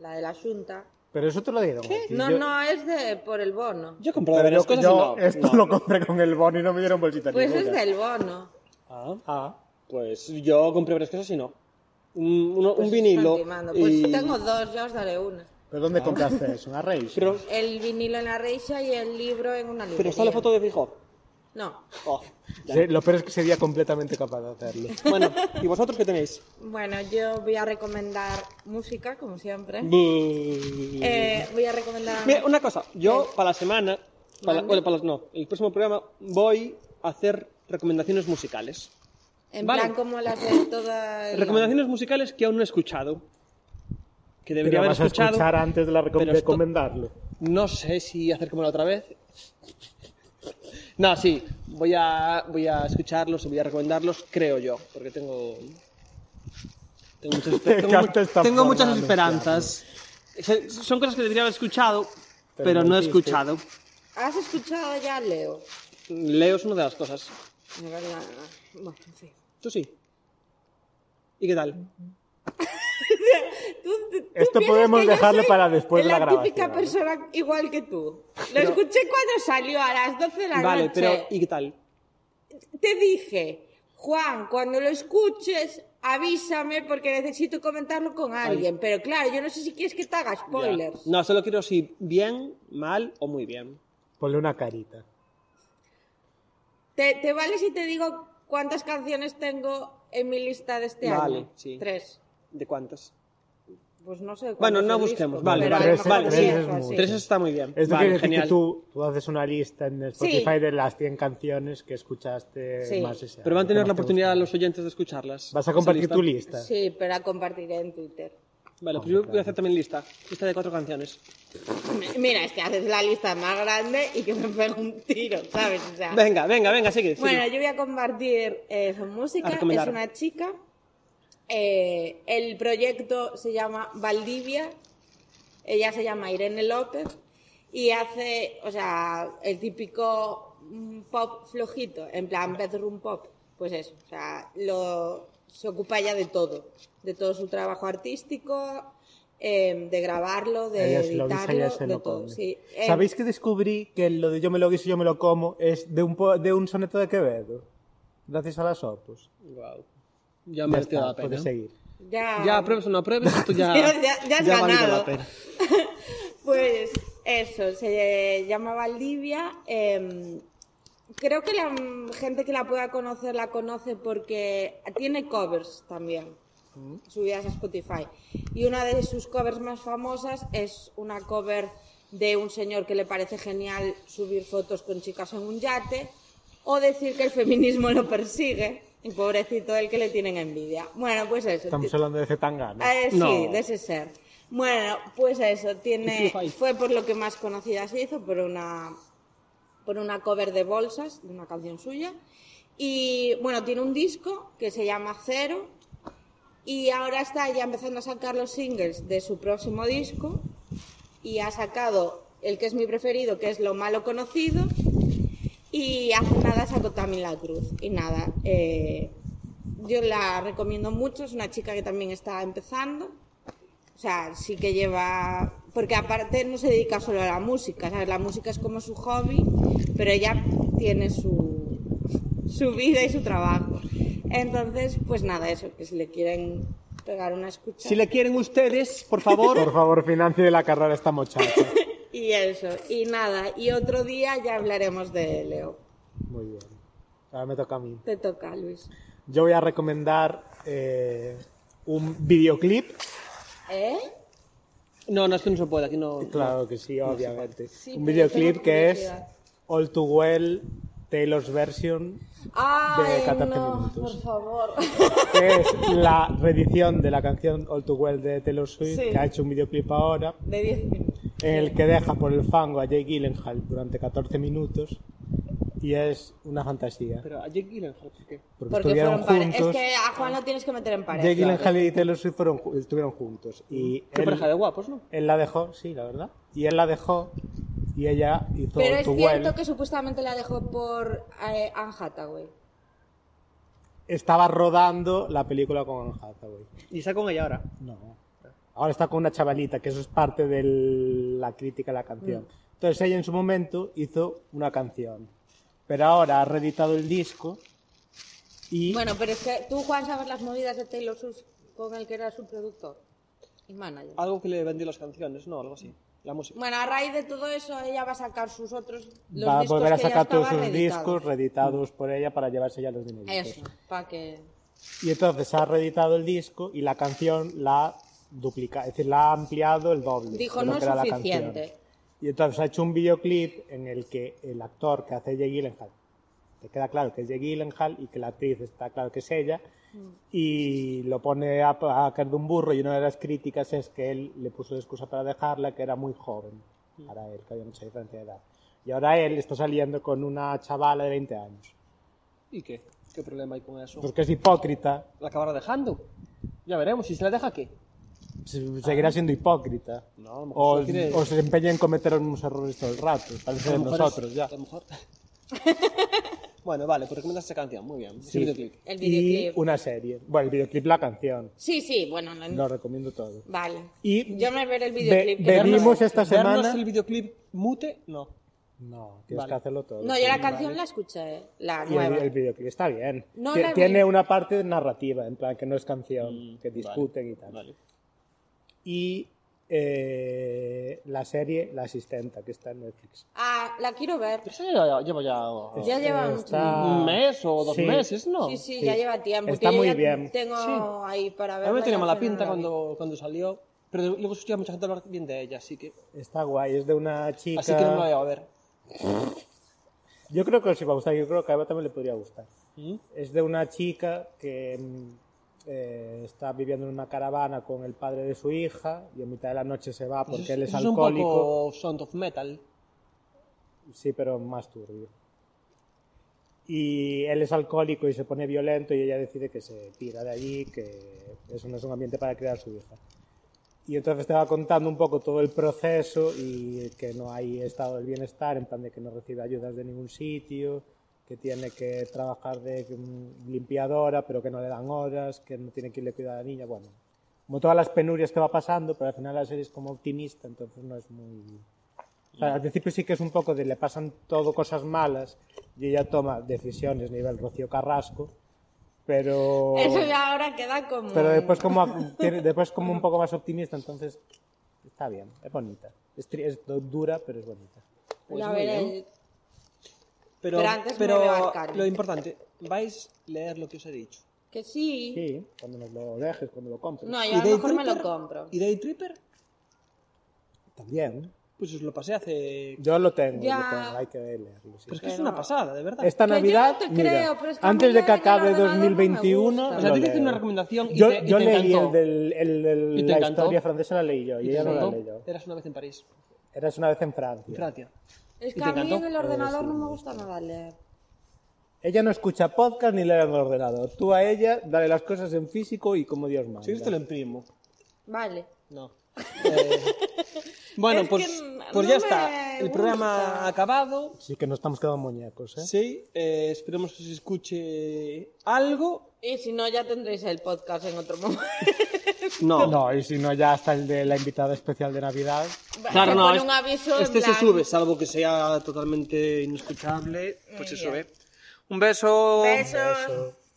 I: La de la Junta.
H: Pero eso te lo dieron. a ti.
I: No,
H: Yo-
I: no, es de por el bono.
C: Yo he
H: Pero
C: comprado varias
H: yo,
C: cosas
H: yo
C: y no.
H: esto
C: no.
H: lo compré con el bono y no me dieron bolsita
I: Pues es
H: ninguna.
I: del bono.
C: Ah,
H: Ah,
C: pues yo compré varias cosas y no. Un, uno- un
I: Pues
C: vinilo.
I: están timando. Pues
C: y-
I: tengo dos, ya os daré una.
H: ¿pero dónde compraste eso? ¿En Arrays?
C: Pero,
I: El vinilo en la reixa y el libro en una librería.
C: pero está la foto de Fijo.
I: No.
C: Oh, ya.
H: Sí, Lo peor es que sería completamente capaz de hacerlo.
C: Bueno, ¿y vosotros qué tenéis?
I: Bueno, yo voy a recomendar música, como siempre.
C: Buh.
I: Eh, voy a recomendar...
C: Mm. Mira, una cosa, yo para la semana, para, bueno, para los- no, el próximo programa voy a hacer recomendaciones musicales.
I: En
C: Vale.
I: plan como las de toda... el-
C: Recomendaciones musicales que aún no he escuchado. Que debería
H: Pero
C: haber
H: vas a
C: escuchado.
H: escuchar antes de, la recom-
C: pero
H: de
C: esto-
H: recomendarlo.
C: No sé si hacérmelo otra vez. No, sí, voy a, voy a escucharlos y voy a recomendarlos, creo yo, porque tengo. Tengo, muchas esper-
H: Te
C: tengo
H: encanta
C: mu-
H: esta
C: tengo
H: forma
C: muchas
H: de
C: esperanzas. Se- Son cosas que debería haber escuchado, pero,
H: Pero
C: no he
H: no hiciste.
C: escuchado.
I: ¿Has escuchado ya a Leo?
C: Leo es una de las cosas.
I: No, no, no. Bueno, en fin.
C: Tú sí. ¿Y qué tal?
I: Tú- tú- tú
H: Esto
I: piensas
H: podemos
I: que yo
H: dejarlo
I: soy
H: para después de la
I: típica
H: grabación, ¿no?
I: persona igual que tú. Lo
C: Pero-
I: escuché cuando salió a las 12 de la
C: Vale,
I: noche.
C: pero ¿y qué tal?
I: Te dije, Juan, cuando lo escuches, avísame porque necesito comentarlo con alguien. Pero claro, yo no sé si quieres que te haga spoilers.
C: No, solo quiero si bien, mal o muy bien.
H: Ponle una carita.
I: ¿Te, te vale si te digo cuántas canciones tengo en mi lista de este
C: Vale,
I: año?
C: sí.
I: Tres.
C: ¿De cuántas?
I: Pues no sé.
C: Bueno,
I: cuántas
C: no
I: he visto,
C: busquemos, vale,
I: pero a
C: vale,
I: lo mejor
C: vale,
I: sí,
C: tres
H: es
I: eso,
H: mucho.
I: sí.
C: Tres está muy bien.
H: Esto
C: Vale,
H: quiere decir
C: genial.
H: que tú, tú haces una lista en Spotify
I: Sí.
H: de las 100 canciones que escuchaste
I: Sí.
H: más ese
C: Pero van a
H: año, que
C: tener
H: más
C: la
H: te
C: oportunidad
H: gustaron.
C: los oyentes de escucharlas.
H: Vas a
C: ¿Esa
H: compartir
C: lista?
H: tu lista.
I: Sí, pero la compartiré en Twitter.
C: Vale, pues
H: Hombre,
C: yo voy a
H: claro.
C: hacer también lista. Lista de cuatro canciones.
I: Mira, es que haces la lista más grande y que me pega un tiro, ¿sabes? O sea,
C: Venga, venga, venga, sigue. sigue.
I: bueno, yo voy a compartir eh, su
C: A
I: música. Es
C: recomendar.
I: una chica. Eh, el proyecto se llama Valdivia. Ella se llama Irene López y hace, o sea, el típico mm, pop flojito, en plan bedroom pop. Pues eso, o sea, lo, se ocupa ella de todo, de todo su trabajo artístico, eh, de grabarlo, de
H: Ella se lo guisa y
I: editarlo,
H: ella se
I: de
H: lo
I: todo.
H: come.
I: sí. Eh,
H: ¿Sabéis que descubrí que lo de yo me lo guiso y yo me lo como es de un, po- de un soneto de Quevedo? Gracias a las opus.
C: Guau. Ya
H: Ya
C: me ha la
H: está,
C: pena.
H: puedes seguir.
I: ya-
C: Ya apruebes o no apruebes, esto ya,
I: Ya- ya- ya has
C: ha valido
I: ganado.
C: la pena.
I: Pues eso, se llama Valdivia. em, creo que la mm, gente que la pueda conocer la conoce porque tiene covers también subidas a Spotify. Y una de sus covers más famosas es una cover de un señor que le parece genial subir fotos con chicas en un yate o decir que el feminismo lo persigue. Y pobrecito el que le tienen envidia. Bueno, pues eso.
H: Estamos hablando de Zetanga, ¿no?
I: Eh, Sí,
H: No.
I: de ese ser. Bueno, pues eso,
H: Fifty
I: tiene,
H: Five.
I: fue por lo que más conocida se hizo, por una, por una cover de Bolsas, de una canción suya. Y bueno, tiene un disco que se llama Cero y ahora está ya empezando a sacar los singles de su próximo disco y ha sacado el que es mi preferido, que es Lo Malo Conocido y hace nada sacó también La Cruz. Y nada, eh, yo la recomiendo mucho, es una chica que también está empezando. O sea, sí que lleva. Porque aparte no se dedica solo a la música, ¿sabes? La música es como su hobby, pero ella tiene su, su vida y su trabajo. Entonces, pues nada, eso, que si le quieren pegar una escucha.
C: Si le quieren ustedes, por favor.
H: Por favor, financie la carrera a esta muchacha.
I: Y eso, y nada, y otro día ya hablaremos de Leo.
H: Muy bien. Ahora me toca a mí.
I: Te toca, Luis.
H: Yo voy a recomendar eh, un videoclip.
I: ¿Eh?
C: No, no, esto no se puede, aquí no.
H: Claro que sí, obviamente.
I: Sí,
H: un
I: pero
H: videoclip
I: tengo
H: que es
I: curiosidad.
H: All Too Well, Taylor's Version,
I: Ay,
H: 14
I: no,
H: minutos.
I: por favor.
H: que es la reedición de la canción All Too Well de Taylor Swift,
I: Sí.
H: que ha hecho un videoclip ahora,
I: De 10 minutos.
H: en el que deja por el fango a Jake Gyllenhaal durante 14 minutos. Y es una fantasía.
C: Pero a Jake Gyllenhaal, ¿por qué?
H: Porque,
I: Porque
H: estuvieron
I: fueron pares. Es
H: juntos.
I: que a Juan lo tienes que meter en pares.
H: Jake Gyllenhaal y Taylor Swift fueron ju- estuvieron juntos. Y
C: Qué
H: él-
C: pareja de guapos, ¿no?
H: Él la dejó, sí, la verdad. Y él la dejó y ella hizo
I: Pero es
H: tu
I: cierto
H: Well.
I: que supuestamente la dejó por eh, Anne Hathaway.
H: Estaba rodando la película con Anne Hathaway.
C: Y está con ella ahora.
H: No. Ahora está con una chavalita, que eso es parte de la crítica a la canción.
I: Mm.
H: Entonces ella en su momento hizo una canción. Pero ahora ha reeditado el disco y
I: Bueno, pero es que tú, Juan, sabes las movidas de Taylor Swift con el que era su productor y manager.
H: Ah.
C: Algo que le vendió las canciones, no, algo así. La música.
I: Bueno, a raíz de todo eso, ella va a sacar sus otros. Los
H: va a
I: discos
H: volver a
I: que ya
H: sacar todos sus
I: estaban
H: discos
I: editados.
H: reeditados por ella para llevarse ya los dineritos.
I: Eso, para que.
H: Y entonces ha reeditado el disco y la canción la ha duplicado, es decir, la ha ampliado el doble.
I: Dijo,
H: de lo
I: no
H: que
I: es
H: era la
I: suficiente.
H: canción. Y entonces ha hecho un videoclip en el que el actor que hace Jake Gyllenhaal, te queda claro que es Jake Gyllenhaal y que la actriz está claro que es ella,
C: Mm.
H: y lo pone a, a caer de un burro y una de las críticas es que él le puso de excusa para dejarla que era muy joven
C: Mm.
H: para él, que había mucha diferencia de edad. Y ahora él está saliendo con una chavala de 20 años.
C: ¿Y qué? ¿Qué problema hay con eso?
H: Porque es hipócrita,
C: ¿La acabará dejando? Ya veremos. ¿Y si la deja qué?
H: se- seguirá siendo hipócrita.
C: Ah. No, a lo mejor
H: O,
C: solo quiere-
H: o se empeña en cometer unos errores todo el rato,
C: a
H: parece de
C: lo mejor es-
H: Eh, nosotros ya.
C: a lo mejor. bueno, vale, pues recomiendas esa canción. Muy bien. Ese
H: Sí.
C: videoclip.
I: El
H: Y
I: videoclip.
H: una serie. Bueno, el videoclip, la canción.
I: Sí, sí, bueno, no-
H: Lo recomiendo todo.
I: Vale.
H: Y
I: Yo me veré el
H: ve-
I: videoclip. que no lo
H: bebimos
I: veo.
H: esta
C: ¿Vernos
H: semana.
C: el videoclip mute? No.
H: No, tienes
C: Vale.
H: que hacerlo todo.
I: No, yo la canción la escuché, la
H: Y el,
I: nueva.
H: el videoclip está bien.
I: No
H: Tie-
I: la vi.
H: tiene una parte narrativa, en plan que no es canción, Mm, que discuten y tal.
C: Mm, Vale.
H: Y eh, la serie La Asistenta, que está en Netflix.
I: Ah, la quiero ver.
C: Pero eso ya llevo ya.
I: Ya lleva mucho
H: Está-
C: Ah. un mes o dos
H: Sí.
C: meses, ¿no?
I: Sí, sí,
H: Sí.
I: ya lleva tiempo.
H: Está
I: que yo
H: muy
I: ya
H: bien.
I: Tengo
C: Sí.
I: ahí para ver.
C: A mí me tenía mala pinta cuando, cuando salió, pero de- luego escuché a mucha gente hablar bien de ella, así que,
H: Está guay, es de una chica.
C: así que no la voy a ver.
H: Yo creo que os iba a gustar, yo creo que a Eva también le podría gustar. Es de una chica que mm, eh, está viviendo en una caravana con el padre de su hija y en mitad de la noche se va porque
C: Eso
H: él es
C: eso un
H: alcohólico.
C: poco Sound of Metal.
H: Sí, pero más turbio. Y él es alcohólico y se pone violento y ella decide que se tira de allí, que eso no es un ambiente para crear su hija. Y entonces te va contando un poco todo el proceso y que no hay estado del bienestar, en plan de que no recibe ayudas de ningún sitio, que tiene que trabajar de mm, limpiadora, pero que no le dan horas, que no tiene que irle a cuidar a la niña, bueno. Como todas las penurias que va pasando, pero al final la serie es como optimista, entonces no es muy... O sea, al principio sí que es un poco de le pasan todo cosas malas y ella toma decisiones nivel Rocío Carrasco, pero...
I: Eso ya ahora queda como.
H: Pero después como, tiene- después como un poco más optimista, entonces está bien, es bonita. Es, tri- es du- dura, pero es bonita.
C: Pues
I: La
C: muy
I: veré
C: bien.
I: el-
C: Pero,
I: Pero antes me
C: pero
I: veo al Carmen.
C: lo importante, vais a leer lo que os he dicho.
I: Que sí.
H: Sí, cuando nos lo dejes, cuando lo compres.
I: No, yo a lo
C: Day
I: mejor me lo
C: Tripper?
I: compro.
C: ¿Y Day Tripper?
H: También.
C: Pues os lo pasé hace...
H: Yo lo tengo,
I: Ya.
H: lo tengo, hay que leerlo. sí.
C: Pero es que es una pasada, de verdad.
H: Esta
I: Que yo no
H: Navidad,
I: te
H: mira,
I: creo, pero es que a
H: antes
I: mí
H: de que
I: leer en
H: acabe
I: ordenador no me
H: 2021...
I: gusta.
C: o sea,
H: lo
C: tú te hice
H: leo.
C: una recomendación y
H: yo,
C: te, y
H: yo
C: te
H: leí el
C: encantó.
H: del, el- el-
C: Y te
H: la
C: encantó.
H: historia francesa la leí yo,
C: Y
H: y
C: te
H: ella no la
C: encantó.
H: leyó.
C: Eras una vez en París,
H: Eras una vez en Francia.
C: Francia.
I: Es
C: ¿Y
I: que
C: te
I: a mí en
C: encantó?
I: el ordenador no me gusta nada leer.
H: Ella no escucha podcast ni lee en el ordenador. Tú a ella, dale las cosas en físico y como Dios manda.
C: Sí, esto lo imprimo.
I: Vale.
C: No. Eh, bueno,
I: Es
C: pues,
I: que n-
C: pues
I: no
C: ya
I: me
C: está. El
I: gusta.
C: programa ha acabado.
H: Sí que nos estamos quedando muñecos, ¿eh?
C: Sí, eh, esperemos que se escuche algo.
I: Y si no, ya tendréis el podcast en otro momento.
H: No, y si no, ya hasta el de la invitada especial de Navidad.
C: Claro,
I: Se
C: no,
I: pone
C: es-
I: un aviso en
C: este se
I: plan-
C: sube, salvo que
I: Eh,
C: sea totalmente inescuchable, pues se sube. Un beso.
I: Besos.